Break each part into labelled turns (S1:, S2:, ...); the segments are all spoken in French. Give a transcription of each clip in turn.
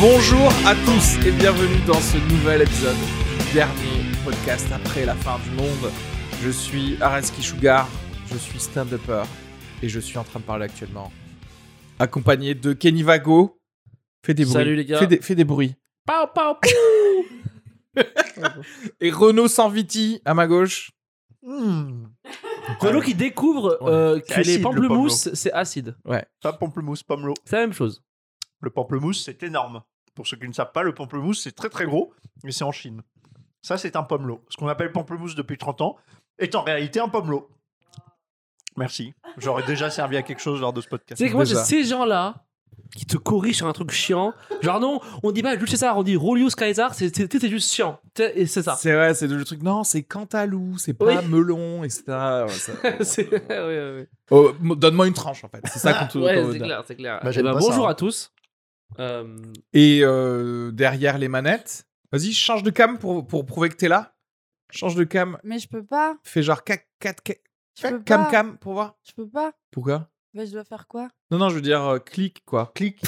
S1: Bonjour à tous et bienvenue dans ce nouvel épisode du dernier podcast après la fin du monde. Je suis Areski Sugar, je suis stand-upper et je suis en train de parler actuellement accompagné de Kenny Vago. Fais des bruits.
S2: Salut, les gars.
S1: Fais des, fais des bruits.
S2: Pow, pow, pow.
S1: Et Renaud Sanviti à ma gauche.
S2: Mmh. Renaud qui découvre euh,
S3: C'est
S2: que
S3: acide,
S2: les
S3: le
S2: pamplemousses, c'est acide.
S3: Pas pamplemousse, pomelo.
S2: C'est la même chose.
S3: Le pamplemousse, c'est énorme. Pour ceux qui ne savent pas, le pamplemousse, c'est très très gros, mais c'est en Chine. Ça, c'est un pomelo. Ce qu'on appelle pamplemousse depuis 30 ans est en réalité un pomelo. Merci. J'aurais déjà servi à quelque chose lors de ce podcast.
S2: C'est que moi, j'ai
S1: Déjà.
S2: ces gens-là qui te corrigent sur un truc chiant. Genre, non, on dit pas Jules César, on dit Rolius Caesar, c'est c'est- c'est juste chiant. C'est- Et c'est ça.
S1: C'est vrai, c'est le truc. Non, c'est Cantalou, c'est pas
S2: Oui.
S1: melon, etc. Ouais, ça-
S2: C'est ouais, ouais,
S1: Oh, m- Donne-moi une tranche en fait. C'est ça qu'on te
S2: ouais. Ouais,
S1: qu'on
S2: c'est
S1: donne.
S2: clair, c'est clair.
S3: Bah,
S2: Eh
S3: j'aime
S2: ben,
S3: pas ça,
S2: bonjour
S3: hein.
S2: à tous. Euh,
S1: Et euh, derrière les manettes, vas-y, change de cam pour, pour prouver que t'es là. Change de cam,
S4: Mais je peux pas.
S1: fais genre 4 4
S4: Je peux
S1: cam
S4: pas.
S1: cam pour voir.
S4: Je peux pas.
S1: Pourquoi
S4: Bah, je dois faire quoi
S1: Non, non, je veux dire euh, clic quoi.
S3: Clic.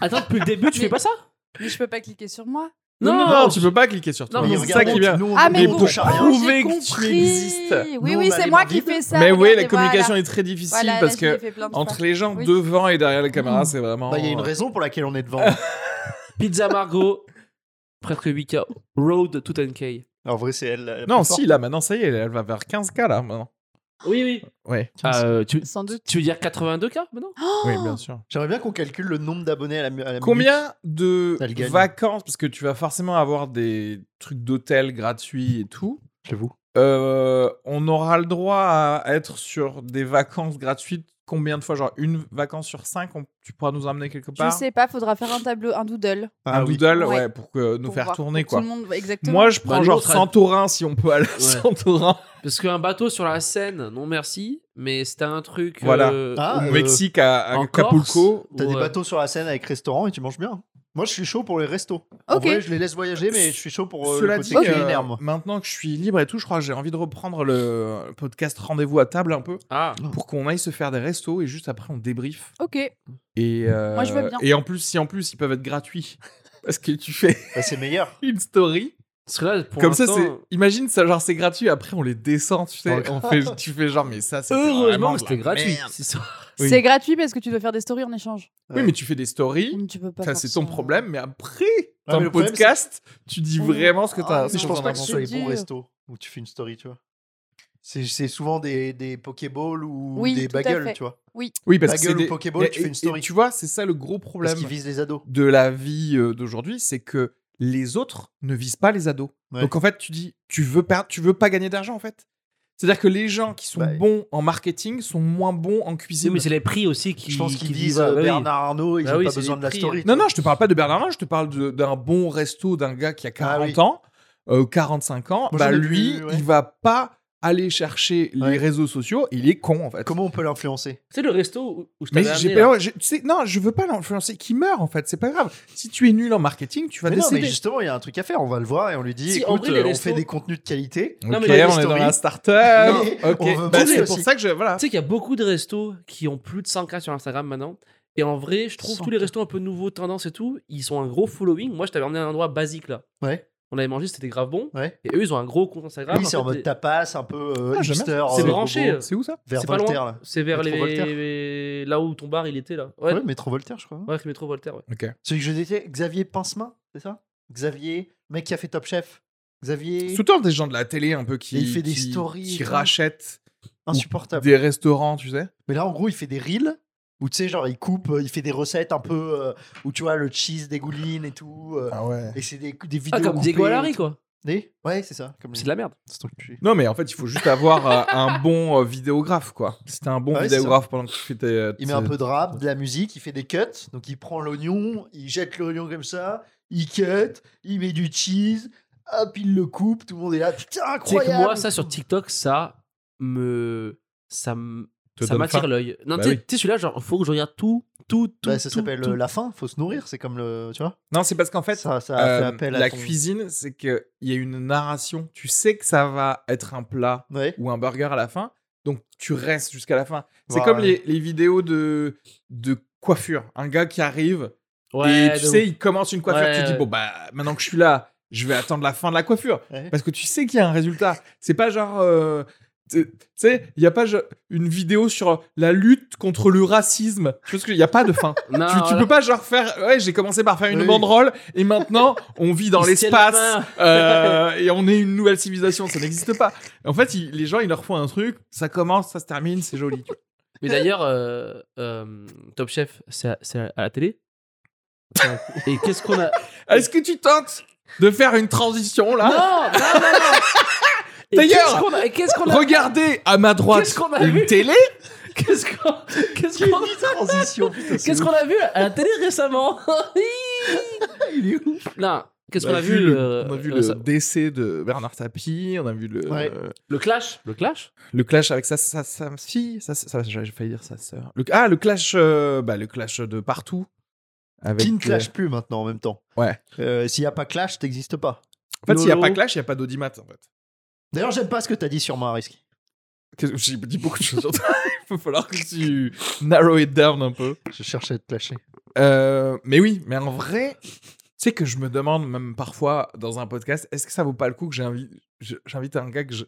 S2: Attends, depuis le début, tu fais pas ça
S4: Mais je peux pas cliquer sur moi.
S2: Non,
S1: non,
S2: non,
S1: tu peux pas cliquer sur toi.
S2: Non, mais
S1: c'est ça qui est bien.
S3: Nous, on
S4: Ah,
S3: ne
S4: mais
S1: on
S4: bon.
S3: touche à
S1: Ah,
S3: rien.
S1: oui.
S4: j'ai
S1: Prouver que tu
S4: compris.
S1: existes.
S4: Oui,
S3: Nous,
S4: oui,
S3: on a
S4: c'est
S3: les
S4: moi
S3: mains
S4: qui
S3: vides.
S4: fais ça.
S1: Mais oui, la
S4: regardez,
S1: communication
S4: voilà.
S1: est très difficile
S4: Voilà,
S1: parce
S4: là, je l'ai
S1: que
S4: fait plein de fois.
S1: entre les gens
S4: Oui.
S1: devant et derrière la caméra, c'est vraiment.
S3: Bah, Il y a une raison pour laquelle on est devant.
S2: Pizza Margot, presque 8K, Road to 10K.
S3: en vrai, c'est elle. la- la
S1: Non,
S3: plus
S1: si là maintenant ça y est, elle va vers 15K là maintenant.
S2: Oui, oui.
S1: Ouais.
S2: Ah, euh, tu,
S4: Sans doute.
S2: tu veux dire 82K maintenant
S1: Oui, bien sûr.
S3: J'aimerais bien qu'on calcule le nombre d'abonnés à la, à la minute.
S1: Combien de
S3: Elle gagne.
S1: vacances Parce que tu vas forcément avoir des trucs d'hôtel gratuits et tout.
S3: J'avoue.
S1: Euh, on aura le droit à être sur des vacances gratuites combien de fois Genre une vacance sur cinq, on- tu pourras nous emmener quelque
S4: Je
S1: part
S4: sais pas, faudra faire un tableau, un doodle.
S1: Un
S3: Ah oui.
S1: doodle, ouais,
S4: Ouais.
S1: pour que nous
S4: pour
S1: faire
S4: voir
S1: tourner
S4: pour
S1: quoi.
S4: Tout le monde, exactement.
S1: Moi je prends
S2: Bah,
S1: genre
S2: l'autre, elle-
S1: Santorin si on peut aller à
S2: Ouais.
S1: Santorin.
S2: Parce qu'un bateau sur la Seine, non merci, mais c'était un truc.
S1: Voilà.
S2: euh,
S3: Ah,
S1: Au
S3: euh,
S1: Mexique, à, à
S2: en
S1: Acapulco.
S2: Corse,
S3: T'as des
S2: ou, euh,
S3: bateaux sur la Seine avec restaurant et tu manges bien. Moi, je suis chaud pour les restos. En
S4: Ok.
S3: vrai, je les laisse voyager, mais je suis chaud pour euh,
S1: Cela
S3: le
S1: dit,
S3: côté
S1: euh,
S3: culinaire, moi.
S1: maintenant que je suis libre et tout, je crois que j'ai envie de reprendre le le podcast Rendez-vous à table un peu
S2: Ah,
S1: pour qu'on aille se faire des restos et juste après on débrief.
S4: Ok.
S1: Et, euh,
S4: Moi, je veux bien.
S1: et en plus, si en plus ils peuvent être gratuits, parce que tu fais
S3: Bah, c'est meilleur.
S1: une story.
S2: parce que là, pour
S1: Comme ça, c'est.
S2: l'instant,
S1: Imagine ça, genre c'est gratuit. Après, on les descend, tu sais.
S3: Ouais.
S1: on fait, tu fais genre, mais ça, c'est
S2: Heureusement que c'était gratuit. c'est ça.
S1: Oui.
S4: C'est gratuit parce que tu dois faire des stories en échange.
S1: Oui, mais tu fais des stories.
S4: Mais tu peux pas.
S1: Ça, c'est ton
S4: forcément.
S1: problème. Mais après,
S3: mais
S1: dans
S3: le
S1: le
S3: problème,
S1: podcast, tu dis
S4: Oh.
S1: vraiment ce que
S4: Oh,
S1: t'as.
S4: mais
S3: Ah, Mais je pense
S4: Non,
S3: pas que ce soit les
S4: c'est
S3: bons
S4: dur.
S3: restos où tu fais une story, tu vois. C'est, c'est souvent des, des Pokéballs ou
S4: Oui,
S3: des
S4: tout à
S3: bagels,
S4: fait.
S3: tu vois.
S1: Oui, parce
S3: Ta
S1: que c'est
S3: gueule au
S1: des-
S3: Pokéball,
S1: et-
S3: tu fais
S1: et-
S3: une
S1: et
S3: story.
S1: tu vois, c'est ça le gros
S3: Parce
S1: problème
S3: qu'ils visent les ados.
S1: de la vie euh, d'aujourd'hui, c'est que les autres ne visent pas les ados.
S3: Ouais.
S1: Donc en fait, tu dis, tu veux pas, tu veux pas gagner d'argent en fait. C'est-à-dire que les gens qui sont
S3: Bah,
S1: bons en marketing sont moins bons en
S2: Oui,
S1: cuisine.
S2: mais c'est les prix aussi qui.
S3: je pense qu'ils
S2: qui
S3: visent
S2: ah,
S3: euh,
S2: oui.
S3: Bernard Arnault, ils
S2: Bah
S3: ont
S2: oui,
S3: pas
S2: c'est
S3: besoin
S2: des
S3: de la
S2: prix,
S3: story.
S1: non, non, je te parle pas de Bernard Arnault, je te parle de- d'un bon resto, d'un gars qui a 40
S3: Ah oui.
S1: ans, euh, 45 ans.
S3: Moi,
S1: bah
S3: j'en ai
S1: lui,
S3: vu, ouais.
S1: il va pas aller chercher les
S3: Ouais.
S1: réseaux sociaux, il est con en fait.
S3: Comment on peut l'influencer
S2: C'est le resto où, où je
S1: mais
S2: t'avais
S1: j'ai
S2: amené.
S1: pas-
S2: là.
S1: ouais, j'ai- tu sais, non, je veux pas l'influencer qui meurt en fait, c'est pas grave. Si tu es nul en marketing, tu vas
S3: mais non, mais
S1: décéder.
S3: justement, il y a un truc à faire. On va le voir et on lui dit
S2: Si, en
S3: écoute,
S2: vrai, les
S3: euh, on
S2: restos-
S3: fait des contenus de qualité.
S2: Non,
S1: Ok,
S2: mais la
S1: on est
S3: story-
S1: dans la start-up.
S3: Non,
S1: Ok,
S3: on veut
S1: bah,
S3: manger
S1: c'est pour
S3: aussi.
S1: ça que je. Voilà.
S2: Tu sais qu'il y a beaucoup de restos qui ont plus de 100K sur Instagram maintenant. Et en vrai, je trouve
S1: 100K.
S2: tous les restos un peu nouveaux, tendances et tout, ils ont un gros following. Moi, je t'avais amené à un endroit basique là.
S3: Ouais.
S2: On avait mangé, c'était grave bon.
S3: Ouais.
S2: Et eux, ils ont un gros compte Instagram.
S3: Oui, c'est
S2: fait,
S3: en mode
S2: des-
S3: tapas, un peu euh,
S1: Ah, j'aime bien.
S3: hipster.
S2: C'est
S3: euh,
S2: branché.
S3: bobo,
S1: C'est où ça
S3: Vers
S2: C'est pas
S3: Voltaire,
S2: loin.
S3: là.
S2: C'est vers
S3: Métro Voltaire.
S2: les... là où ton bar il était là. Ouais,
S3: Ouais, métro Voltaire, je crois.
S2: ouais métro Voltaire. Ouais.
S1: Ok.
S3: Celui que je déteste, Xavier Pincemain, c'est ça Xavier, mec qui a fait Top Chef. Xavier,
S1: C'est tout le temps des gens de la télé un peu qui.
S3: Et il fait des
S1: qui-
S3: stories
S1: Qui
S3: et tout.
S1: rachètent
S3: insupportable.
S1: des restaurants, tu sais.
S3: Mais là, en gros, il fait des reels où tu sais, genre, il coupe, euh, il fait des recettes un peu euh, où tu vois le cheese dégouline et tout. euh,
S1: Ah ouais.
S3: Et c'est des, des vidéos.
S2: Ah, comme
S3: coupées
S2: Diego
S3: et
S2: Alari
S3: tout. Mm.
S2: quoi.
S3: Des- Ouais, c'est ça. Comme
S2: C'est de la merde.
S3: C'est ton cul.
S1: Non, mais en fait, il faut juste avoir euh, un bon euh, vidéographe, quoi. Si t'es un bon
S3: Ouais, Ah c'est
S1: vidéographe pendant que tu fais tes. euh,
S3: Il met
S1: tes-
S3: un peu de rap, de la musique, il fait des cuts. Donc, il prend l'oignon, il jette l'oignon comme ça, il cut, il met du cheese, hop, il le coupe. Tout le monde est là. Putain,
S2: Tu sais
S3: incroyable.
S2: que moi, ça sur TikTok, ça me. Ça me.
S1: Te
S2: ça
S1: donne
S2: m'attire
S1: faim.
S2: l'œil. Non,
S1: Bah
S2: tu sais,
S1: oui.
S2: tu sais, celui-là, genre, faut que je regarde tout, tout, tout.
S3: Bah, ça
S2: tout,
S3: s'appelle
S2: tout.
S3: euh, la faim, faut se nourrir, c'est comme le. Tu vois
S1: Non, c'est parce qu'en fait,
S3: Ça, ça
S1: euh,
S3: fait appel à
S1: la
S3: ton-
S1: cuisine, c'est qu'il y a une narration. Tu sais que ça va être un plat
S3: Ouais.
S1: ou un burger à la fin, donc tu restes jusqu'à la fin. C'est
S3: Ouais.
S1: comme les, les vidéos de, de coiffure. Un gars qui arrive
S2: Ouais,
S1: et tu
S2: de
S1: sais,
S2: ouf.
S1: il commence une coiffure.
S2: Ouais,
S1: tu te dis,
S2: ouais.
S1: bon, bah maintenant que je suis là, je vais attendre la fin de la coiffure.
S3: Ouais.
S1: Parce que tu sais qu'il y a un résultat. C'est pas genre. euh, tu tu sais, il n'y a pas genre, une vidéo sur la lutte contre le racisme. Tu vois ce que- Il n'y a pas de fin.
S2: Non,
S1: tu, tu
S2: Ah, voilà.
S1: peux pas genre faire. Ouais, j'ai commencé par faire une
S3: Oui.
S1: banderole et maintenant on vit dans
S2: Ils se tiennent
S1: l'espace
S2: la main.
S1: euh, et on est une nouvelle civilisation. Ça n'existe pas. En fait, ils- les gens ils leur font un truc, ça commence, ça se termine, c'est joli. tu vois.
S2: Mais d'ailleurs, euh, euh, Top Chef, c'est à, c'est à la télé. Et qu'est-ce qu'on a.
S1: Est-ce que tu tentes de faire une transition
S2: Non,
S1: là
S2: non, non, non. Et
S1: Ah D'ailleurs,
S2: qu'est-ce qu'on a- et qu'est-ce qu'on a.
S1: Regardez à ma droite
S2: Qu'est-ce qu'on a
S1: une
S2: vu
S1: télé.
S2: Qu'est-ce qu'on qu'est-ce qu'on
S3: Transition, putain, c'est
S2: qu'est-ce qu'on a vu à la télé récemment
S3: ouf, il est ouf.
S2: Non, qu'est-ce qu'on
S1: On
S2: a vu euh,
S1: on a Bah, vu le
S2: récem-
S1: décès de Bernard Tapie, on a vu le,
S3: Ouais.
S1: euh,
S2: le clash Le clash
S1: le clash avec sa, sa, sa fille, sa- sa- j'ai failli dire sa sœur. Le- ah, le clash, euh, bah, le clash de partout. Avec,
S3: Qui ne
S1: euh,
S3: clash plus maintenant en même temps
S1: Ouais.
S3: Euh, S'il n'y a pas clash, t'existes pas.
S1: en fait, s'il n'y a
S2: Lolo.
S1: pas clash, il n'y a pas d'audimat. En fait.
S3: D'ailleurs, j'aime pas ce que t'as dit sur moi, Risky.
S1: Qu'est-ce- J'ai dit beaucoup de choses sur toi. il va falloir que tu narrow it down un peu.
S3: Je cherchais à te clasher.
S1: Euh, mais oui, mais en vrai, tu sais que je me demande même parfois dans un podcast, est-ce que ça vaut pas le coup que j'invite, je- j'invite un gars que je-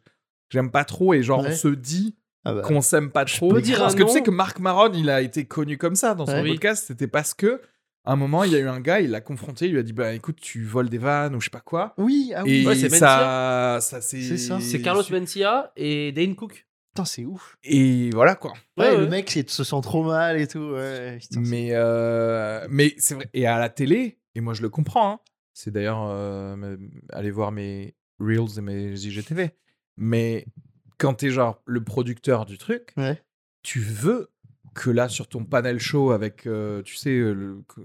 S1: j'aime pas trop et genre on
S3: Ouais.
S1: se dit
S3: Ah bah,
S1: qu'on s'aime pas trop.
S2: peux dire
S1: parce
S2: un
S1: que tu sais
S2: nom.
S1: que Marc Maron, il a été connu comme ça dans son
S2: Ouais. Oui.
S1: podcast. C'était parce que à un moment, il y a eu un gars, il l'a confronté, il lui a dit bah écoute, tu voles des vannes ou je sais pas quoi.
S3: Oui, ah oui.
S1: Et
S2: Ouais, c'est
S1: ça, ça c'est.
S3: C'est ça.
S2: C'est Carlos Mencia et Dane Cook.
S3: Putain, c'est ouf.
S1: Et voilà quoi.
S3: Ouais,
S2: Ouais,
S3: le
S2: ouais.
S3: mec c'est- se sent trop mal et tout. Ouais, putain, c'est-
S1: Mais euh, mais c'est vrai. Et à la télé, et moi je le comprends. hein, c'est d'ailleurs euh, me- aller voir mes reels et mes IGTV. Mais quand t'es genre le producteur du truc,
S3: Ouais.
S1: tu veux que là sur ton panel show avec euh, tu sais euh, le- que-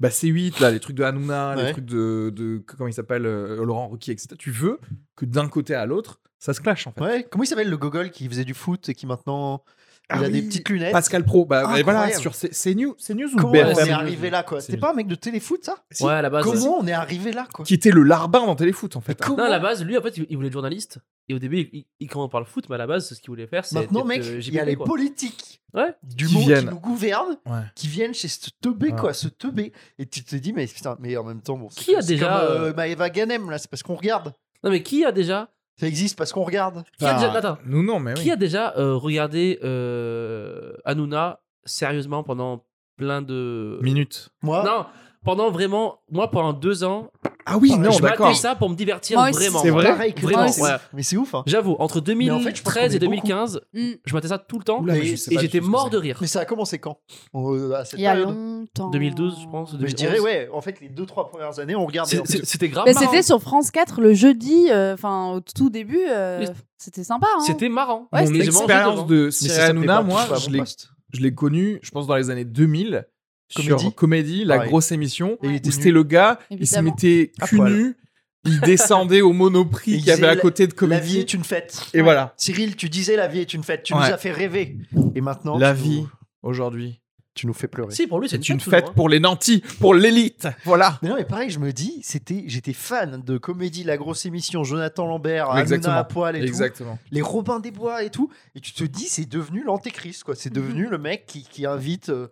S1: bah C8 là les trucs de Hanouna les
S3: Ouais.
S1: trucs de, de- que- comment il s'appelle euh, Laurent Ruquier etc tu veux que d'un côté à l'autre ça se clash en fait
S3: Ouais, comment il s'appelle le gogol qui faisait du foot et qui maintenant il
S1: Ah
S3: a des
S1: oui,
S3: petites lunettes
S1: Pascal Pro bah bah, voilà
S3: Incroyable.
S1: sur C- CNews CNews ou
S3: Comment
S2: BFM.
S3: on est
S2: C'est-
S3: arrivé là quoi
S2: c'est
S3: C'était
S2: juste.
S3: pas un mec de téléfoot ça
S1: Si.
S2: Ouais, à la base. ouais.
S3: Comment on est arrivé là quoi
S1: qui était le larbin dans Téléfoot en fait hein.
S2: Non, à la base, lui, en fait, il il voulait être journaliste. Et au début, il, il commence par le foot, mais à la base, ce qu'il voulait faire, c'est.
S3: Maintenant
S2: être,
S3: mec,
S2: euh,
S3: il y
S2: JPP,
S3: a les
S2: quoi.
S3: politiques
S2: Ouais.
S3: du
S1: Qui
S3: monde qui
S1: viennent.
S3: nous gouvernent
S1: Ouais.
S3: qui viennent chez ce teubé
S1: Ouais.
S3: quoi, ce teubé et tu te dis mais putain mais en même temps bon. c'est
S2: Qui a
S3: comme- c'est
S2: déjà,
S3: comme, euh,
S2: euh,
S3: Maëva Ganem là, c'est parce qu'on regarde.
S2: Non, mais qui a déjà.
S3: Ça existe parce qu'on regarde.
S2: Qui a déjà...
S1: Enfin,
S2: Attends,
S1: Nous, non, mais oui.
S2: Qui a déjà euh, regardé euh, Hanouna sérieusement pendant plein
S1: Euh,
S2: de.
S1: Minute.
S3: Moi
S2: Non, pendant vraiment. Moi, pendant deux ans,
S1: Ah oui,
S3: Pareil,
S1: non,
S2: je
S1: d'accord.
S2: matais ça pour me divertir
S4: Moi aussi.
S2: vraiment.
S1: C'est vrai
S3: pareil que
S2: Vraiment,
S3: toi, c'est-
S2: ouais.
S3: Mais c'est ouf hein.
S2: J'avoue, entre
S3: Mais en fait, je pense qu'on
S2: 2013
S3: est
S2: et 2015,
S4: Hmm.
S2: je matais ça tout le temps.
S1: Oula, mais
S3: Et-
S1: je sais
S2: et
S1: pas du
S2: j'étais
S1: tout ce que
S2: mort
S1: c'est.
S2: de rire.
S3: Mais ça a commencé quand Euh, à cette
S4: Il y a
S3: période
S4: longtemps.
S2: 2012, je pense.
S3: Mais
S2: 2011.
S3: je dirais, ouais, en fait, les deux, trois premières années, on regardait.
S2: C'est- c'est- C'était grave.
S4: Mais
S2: marrant.
S4: c'était sur France 4 le jeudi, euh, enfin au tout début. euh,
S2: Oui.
S4: C'était sympa. Hein.
S2: C'était marrant.
S4: Ouais,
S2: Mon
S4: c'était
S1: Mon
S4: j'ai mangé
S2: hein.
S1: expérience de
S3: Mais ça
S1: Cyril
S3: s'appelait pas
S1: Hanouna,
S3: Touche
S1: moi,
S3: pas à
S1: je
S3: mon
S1: l'ai-
S3: poste.
S1: je l'ai connu, je pense, dans les années 2000, sur
S3: Comédie.
S1: Comédie, la
S3: Pareil.
S1: grosse émission,
S3: Et il était
S1: où c'était le gars, il se
S4: Évidemment.
S1: mettait
S3: À
S1: cul
S3: poil.
S1: nu, il descendait au monoprix
S3: Et il
S1: qu'il y avait
S3: disait,
S1: à côté de
S3: La vie
S1: Comédie,
S3: est une fête.
S1: et voilà.
S3: Cyril, tu disais la vie est une fête. Tu
S1: Ouais.
S3: nous as fait rêver. Et maintenant.
S1: La
S3: tu
S1: vie,
S3: nous-
S1: aujourd'hui,
S3: Tu nous fais pleurer.
S2: Si, pour lui, c'est
S1: c'est une
S3: hein.
S1: fête hein. pour les nantis, pour l'élite, voilà.
S3: Mais non, mais pareil, je me dis, c'était, j'étais fan de comédie, la grosse émission, Jonathan Lambert,
S1: Exactement.
S3: Hanouna à poil et
S1: Exactement.
S3: tout, les Robins des Bois et tout. Et tu te dis, c'est devenu l'antéchrist, quoi. C'est
S2: Mhm.
S3: devenu le mec qui, qui invite euh,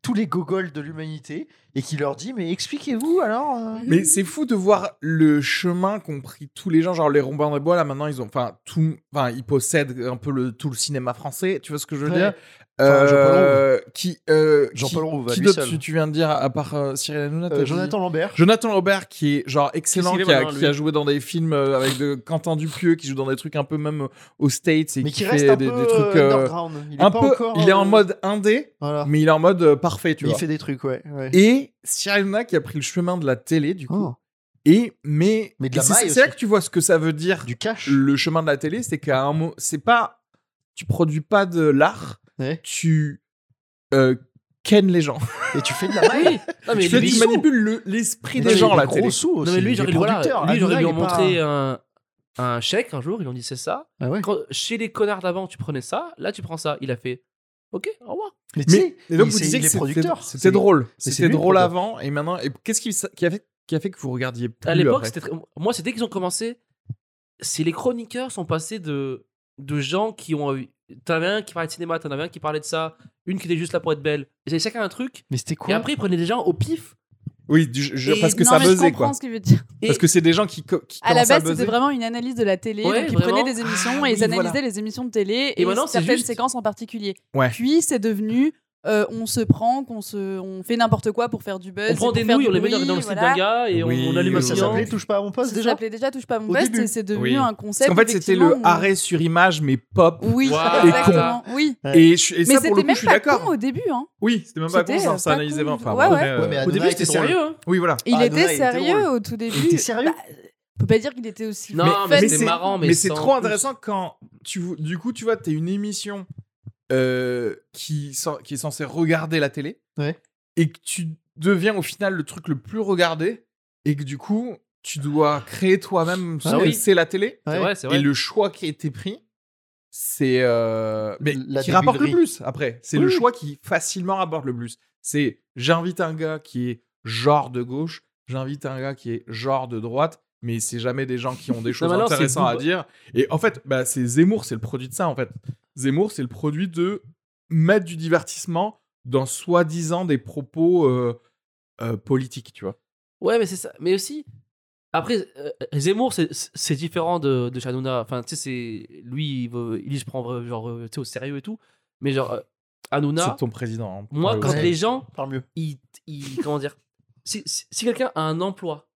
S3: tous les gogoles de l'humanité et qui leur dit, mais expliquez-vous alors. euh,
S1: Mais c'est fou de voir le chemin qu'ont pris tous les gens, genre les rombins de bois là maintenant ils ont, enfin tout, enfin ils possèdent un peu le tout le cinéma français, tu vois ce que je veux
S3: Ouais.
S1: dire
S3: Enfin, Jean-Paul
S1: Euh, Qui, euh, qui,
S3: Jean-Paul Rouve, à
S1: qui
S3: lui
S1: d'autre
S3: seul.
S1: tu, tu viens de dire à part euh, Cyril Hanouna, t'as
S3: Euh,
S1: dit-
S3: Jonathan Lambert.
S1: Jonathan Aubert qui est genre excellent,
S2: Qu'est-ce qu'il est
S1: qui a,
S2: maintenant,
S1: qui a
S2: lui
S1: joué dans des films euh, avec de Quentin Dupieux, qui joue dans des trucs un peu même euh, aux States et
S3: mais
S1: qui,
S3: qui
S1: fait
S3: reste un
S1: des,
S3: peu
S1: des trucs
S3: euh,
S1: euh,
S3: underground. Il est
S1: un
S3: pas
S1: peu,
S3: encore,
S1: il est en
S3: euh,
S1: mode indé,
S3: voilà.
S1: mais il est en mode euh, parfait, tu
S3: il
S1: vois.
S3: fait des trucs, ouais. ouais.
S1: Et Cyril Hanouna qui a pris le chemin de la télé du coup.
S3: Oh,
S1: Et mais,
S3: Mais de la
S1: et c'est-
S3: maille
S1: c'est là
S3: aussi.
S1: que tu vois ce que ça veut dire
S3: du cash.
S1: le chemin de la télé, c'est qu'à un moment, c'est pas tu produis pas de l'art,
S3: Ouais.
S1: tu euh, ken les gens.
S3: Et tu fais de la maille.
S2: Oui. Non, mais
S1: tu fais-
S2: lui,
S1: tu
S2: il-
S1: manipules le- l'esprit
S3: Il
S1: des
S3: fait
S1: gens
S3: des
S1: la
S3: gros
S1: télé.
S3: sous aussi.
S2: Non mais lui,
S3: il
S2: genre,
S3: est
S2: il- voilà,
S3: producteur.
S2: lui, genre,
S3: Hanouna,
S2: ils lui ont
S3: il est pas-
S2: montré un, un chèque un jour, ils lui ont dit c'est ça.
S3: Ah ouais.
S2: Quand- chez les connards d'avant, tu prenais ça, là tu prends ça. Il a fait Ok, au revoir.
S3: Mais,
S1: Mais-
S3: tu sais,
S1: Et donc,
S3: il-
S1: vous
S3: c'est-
S1: disiez
S3: il
S1: que
S3: est
S1: c'était,
S3: producteur.
S1: c'était
S3: C'est-
S1: drôle.
S3: c'est
S1: C'était
S3: lui, le
S1: drôle
S3: producteur.
S1: avant et maintenant. Et qu'est-ce qui, ça- qui, a fait, qui a fait que vous regardiez plus
S2: À l'époque,
S1: après
S2: c'était très- moi, c'est dès qu'ils ont commencé, c'est les chroniqueurs sont passés de de gens qui ont eu. T'en avais un qui parlait de cinéma, t'en avais un qui parlait de ça, une qui était juste là pour être belle. Et c'est chacun un truc.
S3: Mais c'était
S2: et
S3: quoi
S2: après, ils prenaient des gens au pif.
S1: Oui, du- je-
S2: Et-
S1: parce que
S4: non,
S1: ça
S4: mais je
S1: buzzait
S4: comprends
S1: quoi.
S4: ce qu'il veut dire.
S2: Et
S1: Parce que c'est des gens qui, co- qui
S4: À la
S1: commencent à
S4: base, c'était
S1: buzzer.
S4: vraiment une analyse de la télé.
S2: Ouais,
S4: donc ils
S2: vraiment.
S4: prenaient des émissions
S1: Ah,
S4: et ils
S1: oui,
S4: analysaient
S1: voilà.
S4: les émissions de télé et,
S2: Et maintenant, c'est
S4: certaines
S2: juste-
S4: séquences en particulier.
S1: Ouais.
S4: Puis c'est devenu euh, on se prend, qu'on se, on fait n'importe quoi pour faire du buzz.
S2: on prend
S4: et pour
S2: des
S4: faire
S2: nouilles,
S4: du
S2: on les met dans,
S4: bruit,
S2: dans le slip
S4: voilà.
S2: d'un gars et on,
S1: Oui,
S2: on allume un
S1: oui,
S3: euh, Ça
S1: oui.
S2: client.
S3: s'appelait Touche pas à mon poste
S4: Ça
S3: déjà.
S4: s'appelait déjà Touche pas à mon
S3: Au
S4: poste
S3: début.
S4: et c'est
S1: Oui.
S4: devenu un
S1: Parce
S4: concept.
S1: qu'en fait, c'était
S4: effectivement,
S1: le
S4: où-
S1: arrêt sur image, mais pop.
S4: Oui,
S2: Voilà.
S4: exactement. Oui.
S1: Et, je- et
S4: Mais
S1: ça, pour le
S4: c'était
S1: coup,
S4: même
S1: je suis
S4: pas
S1: d'accord.
S4: con au début. Hein.
S1: Oui, c'était même pas
S4: C'était,
S1: con, ça,
S4: euh,
S1: ça
S4: pas
S1: analysait
S4: con.
S1: pas. Enfin,
S4: Ouais,
S1: bon,
S4: ouais.
S1: euh,
S3: Ouais, mais
S1: au
S2: Au
S1: début,
S2: début,
S3: Adonai
S2: c'était
S3: était drôle.
S2: sérieux. hein.
S1: Oui, voilà.
S4: Il
S3: Ah,
S4: était
S3: Adonai, il était
S4: sérieux
S3: drôle.
S4: au tout début.
S3: Il était sérieux
S4: Bah, on peut pas dire qu'il était aussi.
S2: Non,
S4: fun.
S2: mais
S1: Mais
S2: c'était
S1: c'est-
S2: marrant. Mais,
S1: mais c'est
S2: sans
S1: trop
S2: plus.
S1: intéressant quand tu du coup tu vois t'es une émission euh, qui sen- qui est censée regarder la télé
S3: Ouais.
S1: et que tu deviens au final le truc le plus regardé et que du coup tu dois créer toi-même ce
S3: Ah
S1: que
S2: oui.
S1: c'est la télé
S2: C'est
S3: Ouais.
S2: vrai, c'est vrai.
S1: et le choix qui a été pris c'est euh, mais
S3: La
S1: qui rapporte le
S3: débilerie.
S1: plus après c'est le
S3: Oui.
S1: choix qui facilement rapporte le plus c'est j'invite un gars qui est genre de gauche j'invite un gars qui est genre de droite mais c'est jamais des gens qui ont des choses
S2: mais alors, c'est
S1: intéressantes à
S2: Booba.
S1: dire et en fait bah, c'est Zemmour c'est le produit de ça en fait Zemmour c'est le produit de mettre du divertissement dans soi-disant des propos euh, euh, politiques tu vois
S2: Ouais, mais c'est ça. Mais aussi, après, euh, Zemmour, c'est- c'est c'est différent de, de Hanouna. Enfin, tu sais, c'est. Lui, il, veut- il se prend euh, genre, euh, tu sais, au sérieux et tout. Mais genre, euh, Hanouna,
S1: c'est ton président hein.
S2: moi,
S3: Ah
S1: Ouais,
S2: quand
S1: ouais.
S2: les gens,
S3: Parle mieux.
S2: ils. ils- comment dire Si, si- si quelqu'un a un emploi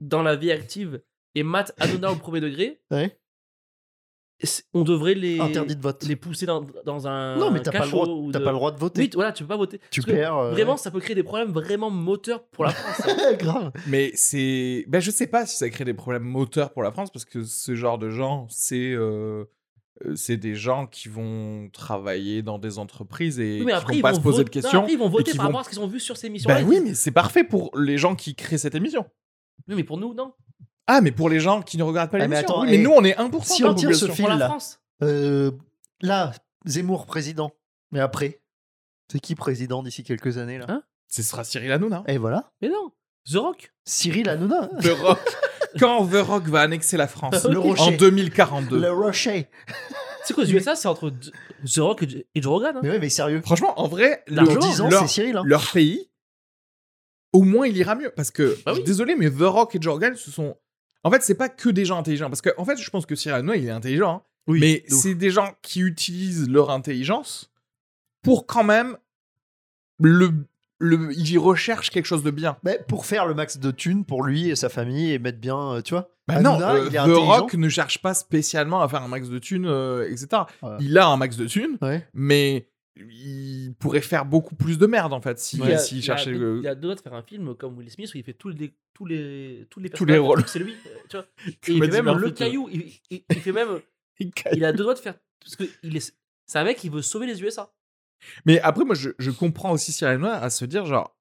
S2: dans la vie active et mate Hanouna au premier degré,
S3: Ouais.
S2: c'est- on devrait les.
S3: Interdit de vote. Euh,
S2: Les pousser dans, dans un.
S3: Non, mais t'as pas, le
S2: cachot
S3: droit-
S2: ou
S3: t'as
S2: de-
S3: pas le droit de voter.
S2: Oui, voilà, tu peux pas voter.
S3: tu
S2: Parce que
S3: perds. euh,
S2: Vraiment, ça peut créer des problèmes vraiment moteurs pour la France. ça.
S3: grave.
S1: Mais c'est. Ben, je sais pas si ça crée des problèmes moteurs pour la France, parce que ce genre de gens, c'est. euh, euh, C'est des gens qui vont travailler dans des entreprises et
S2: Oui, mais
S1: qui
S2: après,
S1: vont
S2: ils
S1: pas
S2: vont
S1: se poser
S2: voter-
S1: de
S2: non,
S1: questions.
S2: après, ils vont voter
S1: qui
S2: par
S1: vont-
S2: rapport à ce qu'ils ont vu sur ces
S3: Bah
S2: émissions.
S1: Ben oui, mais c'est parfait pour les gens qui créent cette émission.
S2: mais... pour nous, non.
S1: Ah, mais pour les gens qui ne regardent pas
S3: Ah, mais
S1: l'émission.
S3: attends,
S1: oui, mais
S3: eh,
S1: nous, on est 1%
S3: si
S1: de la
S3: on tire ce
S1: population.
S2: Pour la
S3: Fil, là.
S2: France.
S3: Euh, là, Zemmour président. Mais après, c'est qui président d'ici quelques années là
S2: Hein
S1: Ce sera Cyril Hanouna. hein.
S3: Et voilà,
S2: Mais non. The Rock.
S3: Cyril Hanouna, hein,
S1: The Rock. Quand The Rock va annexer la France
S3: le
S1: en
S3: Rocher,
S1: 2042.
S3: le Rocher.
S2: C'est quoi, les USA, c'est entre The Rock et Joe- et Joe Rogan. hein.
S3: Mais ouais, mais sérieux.
S1: Franchement, en vrai,
S3: Dans
S1: le-
S3: 10 ans,
S1: leur-
S3: c'est Cyril. hein.
S1: leur pays, au moins il ira mieux. Parce que,
S2: Bah oui.
S1: désolé, mais The Rock et Jorgan, ce sont. En fait, c'est pas que des gens intelligents. Parce que, en fait, je pense que Cyril Hanouna, il est intelligent. hein.
S2: Oui,
S1: mais
S2: de ouf.
S1: c'est des gens qui utilisent leur intelligence pour quand même. Le, le, ils recherchent quelque chose de bien.
S3: Mais pour faire le max de thunes pour lui et sa famille et mettre bien, euh, tu vois.
S1: Bah non,
S3: Hanouna,
S1: euh,
S3: il est
S1: The
S3: intelligent.
S1: Rock ne cherche pas spécialement à faire un max de thunes, euh, etc.
S3: Ouais.
S1: Il a un max de thunes,
S3: Ouais.
S1: mais il pourrait faire beaucoup plus de merde en fait s'il
S2: Il y a-
S1: s'il
S2: il y a
S1: cherchait. euh,
S2: deux-
S1: le-
S2: Il y a deux doigts de faire un film comme Will Smith où il fait tous les, tous les, tous les,
S1: Tous les
S2: personnages.
S1: rôles.
S2: C'est lui. euh, Tu vois. Et il fait
S1: Eddie
S2: même le
S1: Murphy, tu vois.
S2: caillou. Il, il- il fait même. Il a deux doigts de faire. Parce que il est. C'est un mec qui veut sauver les USA.
S1: Mais après, moi, je, je comprends aussi Cyril Hanouna à se dire, genre,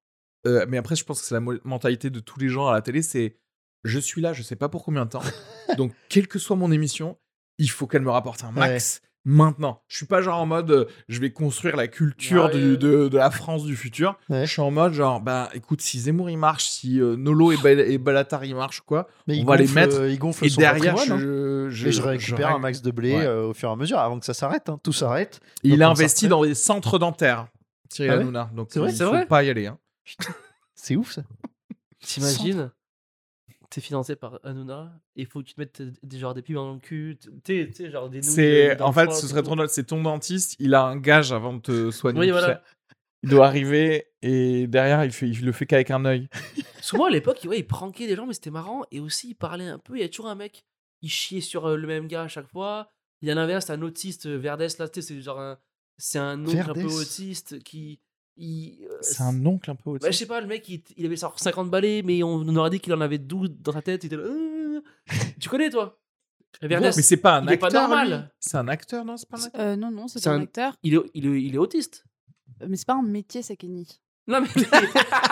S1: euh, mais après, je pense que c'est la mo- mentalité de tous les gens à la télé, c'est je suis là, je sais pas pour combien de temps, donc quelle que soit mon émission, il faut qu'elle me rapporte un max. Maintenant, je suis pas genre en mode euh, je vais construire la culture
S2: Ouais,
S1: du-
S2: ouais.
S1: de, de la France du futur.
S3: Ouais.
S1: Je suis en mode genre bah écoute si Zemmour il marche, si euh, Nolo et, Bal- et Balatar il marchent quoi.
S3: Mais
S1: On va les mettre,
S3: euh, il gonfle
S1: Et
S3: son
S1: derrière
S3: patrimoine, hein.
S1: je, je-
S3: Et je récupère
S1: je-
S3: un max de blé
S1: Ouais.
S3: euh, au fur et à mesure avant que ça s'arrête. hein. Tout s'arrête.
S1: Il
S3: Donc,
S1: a
S3: on s'en
S1: investi
S3: refait.
S1: dans des centres dentaires. Cyril
S3: Ah ouais
S1: Hanouna. donc
S3: C'est vrai,
S1: il
S2: c'est
S1: faut
S2: vrai
S1: pas y aller. hein.
S3: C'est ouf ça.
S2: T'imagines T'es financé par Hanouna et il faut que tu te mettes des, genre des pubs dans le cul. T'es, t'es genre des nouilles
S1: C'est
S2: dans le
S1: en fait,
S2: froid,
S1: ce
S2: tout,
S1: serait
S2: tout.
S1: trop drôle. C'est ton dentiste, il a un gage avant de te soigner.
S2: Oui,
S1: tu
S2: voilà.
S1: sais. Il doit arriver et derrière, il, fait, il le fait qu'avec un œil.
S2: Euh, Souvent à l'époque, il- ouais, il pranquait des gens, mais c'était marrant. Et aussi, il parlait un peu. Il y a toujours un mec, il chiait sur euh, le même gars à chaque fois. Il y en avait un, c'est un autiste, euh, Verdes, là, tu sais, c'est genre un. C'est un oncle un peu
S3: Verdes
S2: autiste qui. il- euh,
S1: C'est un oncle un peu
S2: bah, je
S1: autiste.
S2: sais pas, le mec, il, il avait genre 50 balais, mais on, on aurait dit qu'il en avait 12 dans sa tête. Il était là, Euh, tu connais, toi Verdes,
S1: mais c'est pas un
S2: il est pas
S1: acteur.
S2: normal.
S1: lui. C'est un acteur, non C'est pas un acteur.
S4: Euh, non, non, c'est
S2: C'est
S4: un
S2: un-
S4: acteur.
S2: il est- il est- il est autiste.
S4: Mais c'est pas un métier, Sakeni.
S2: Non, mais.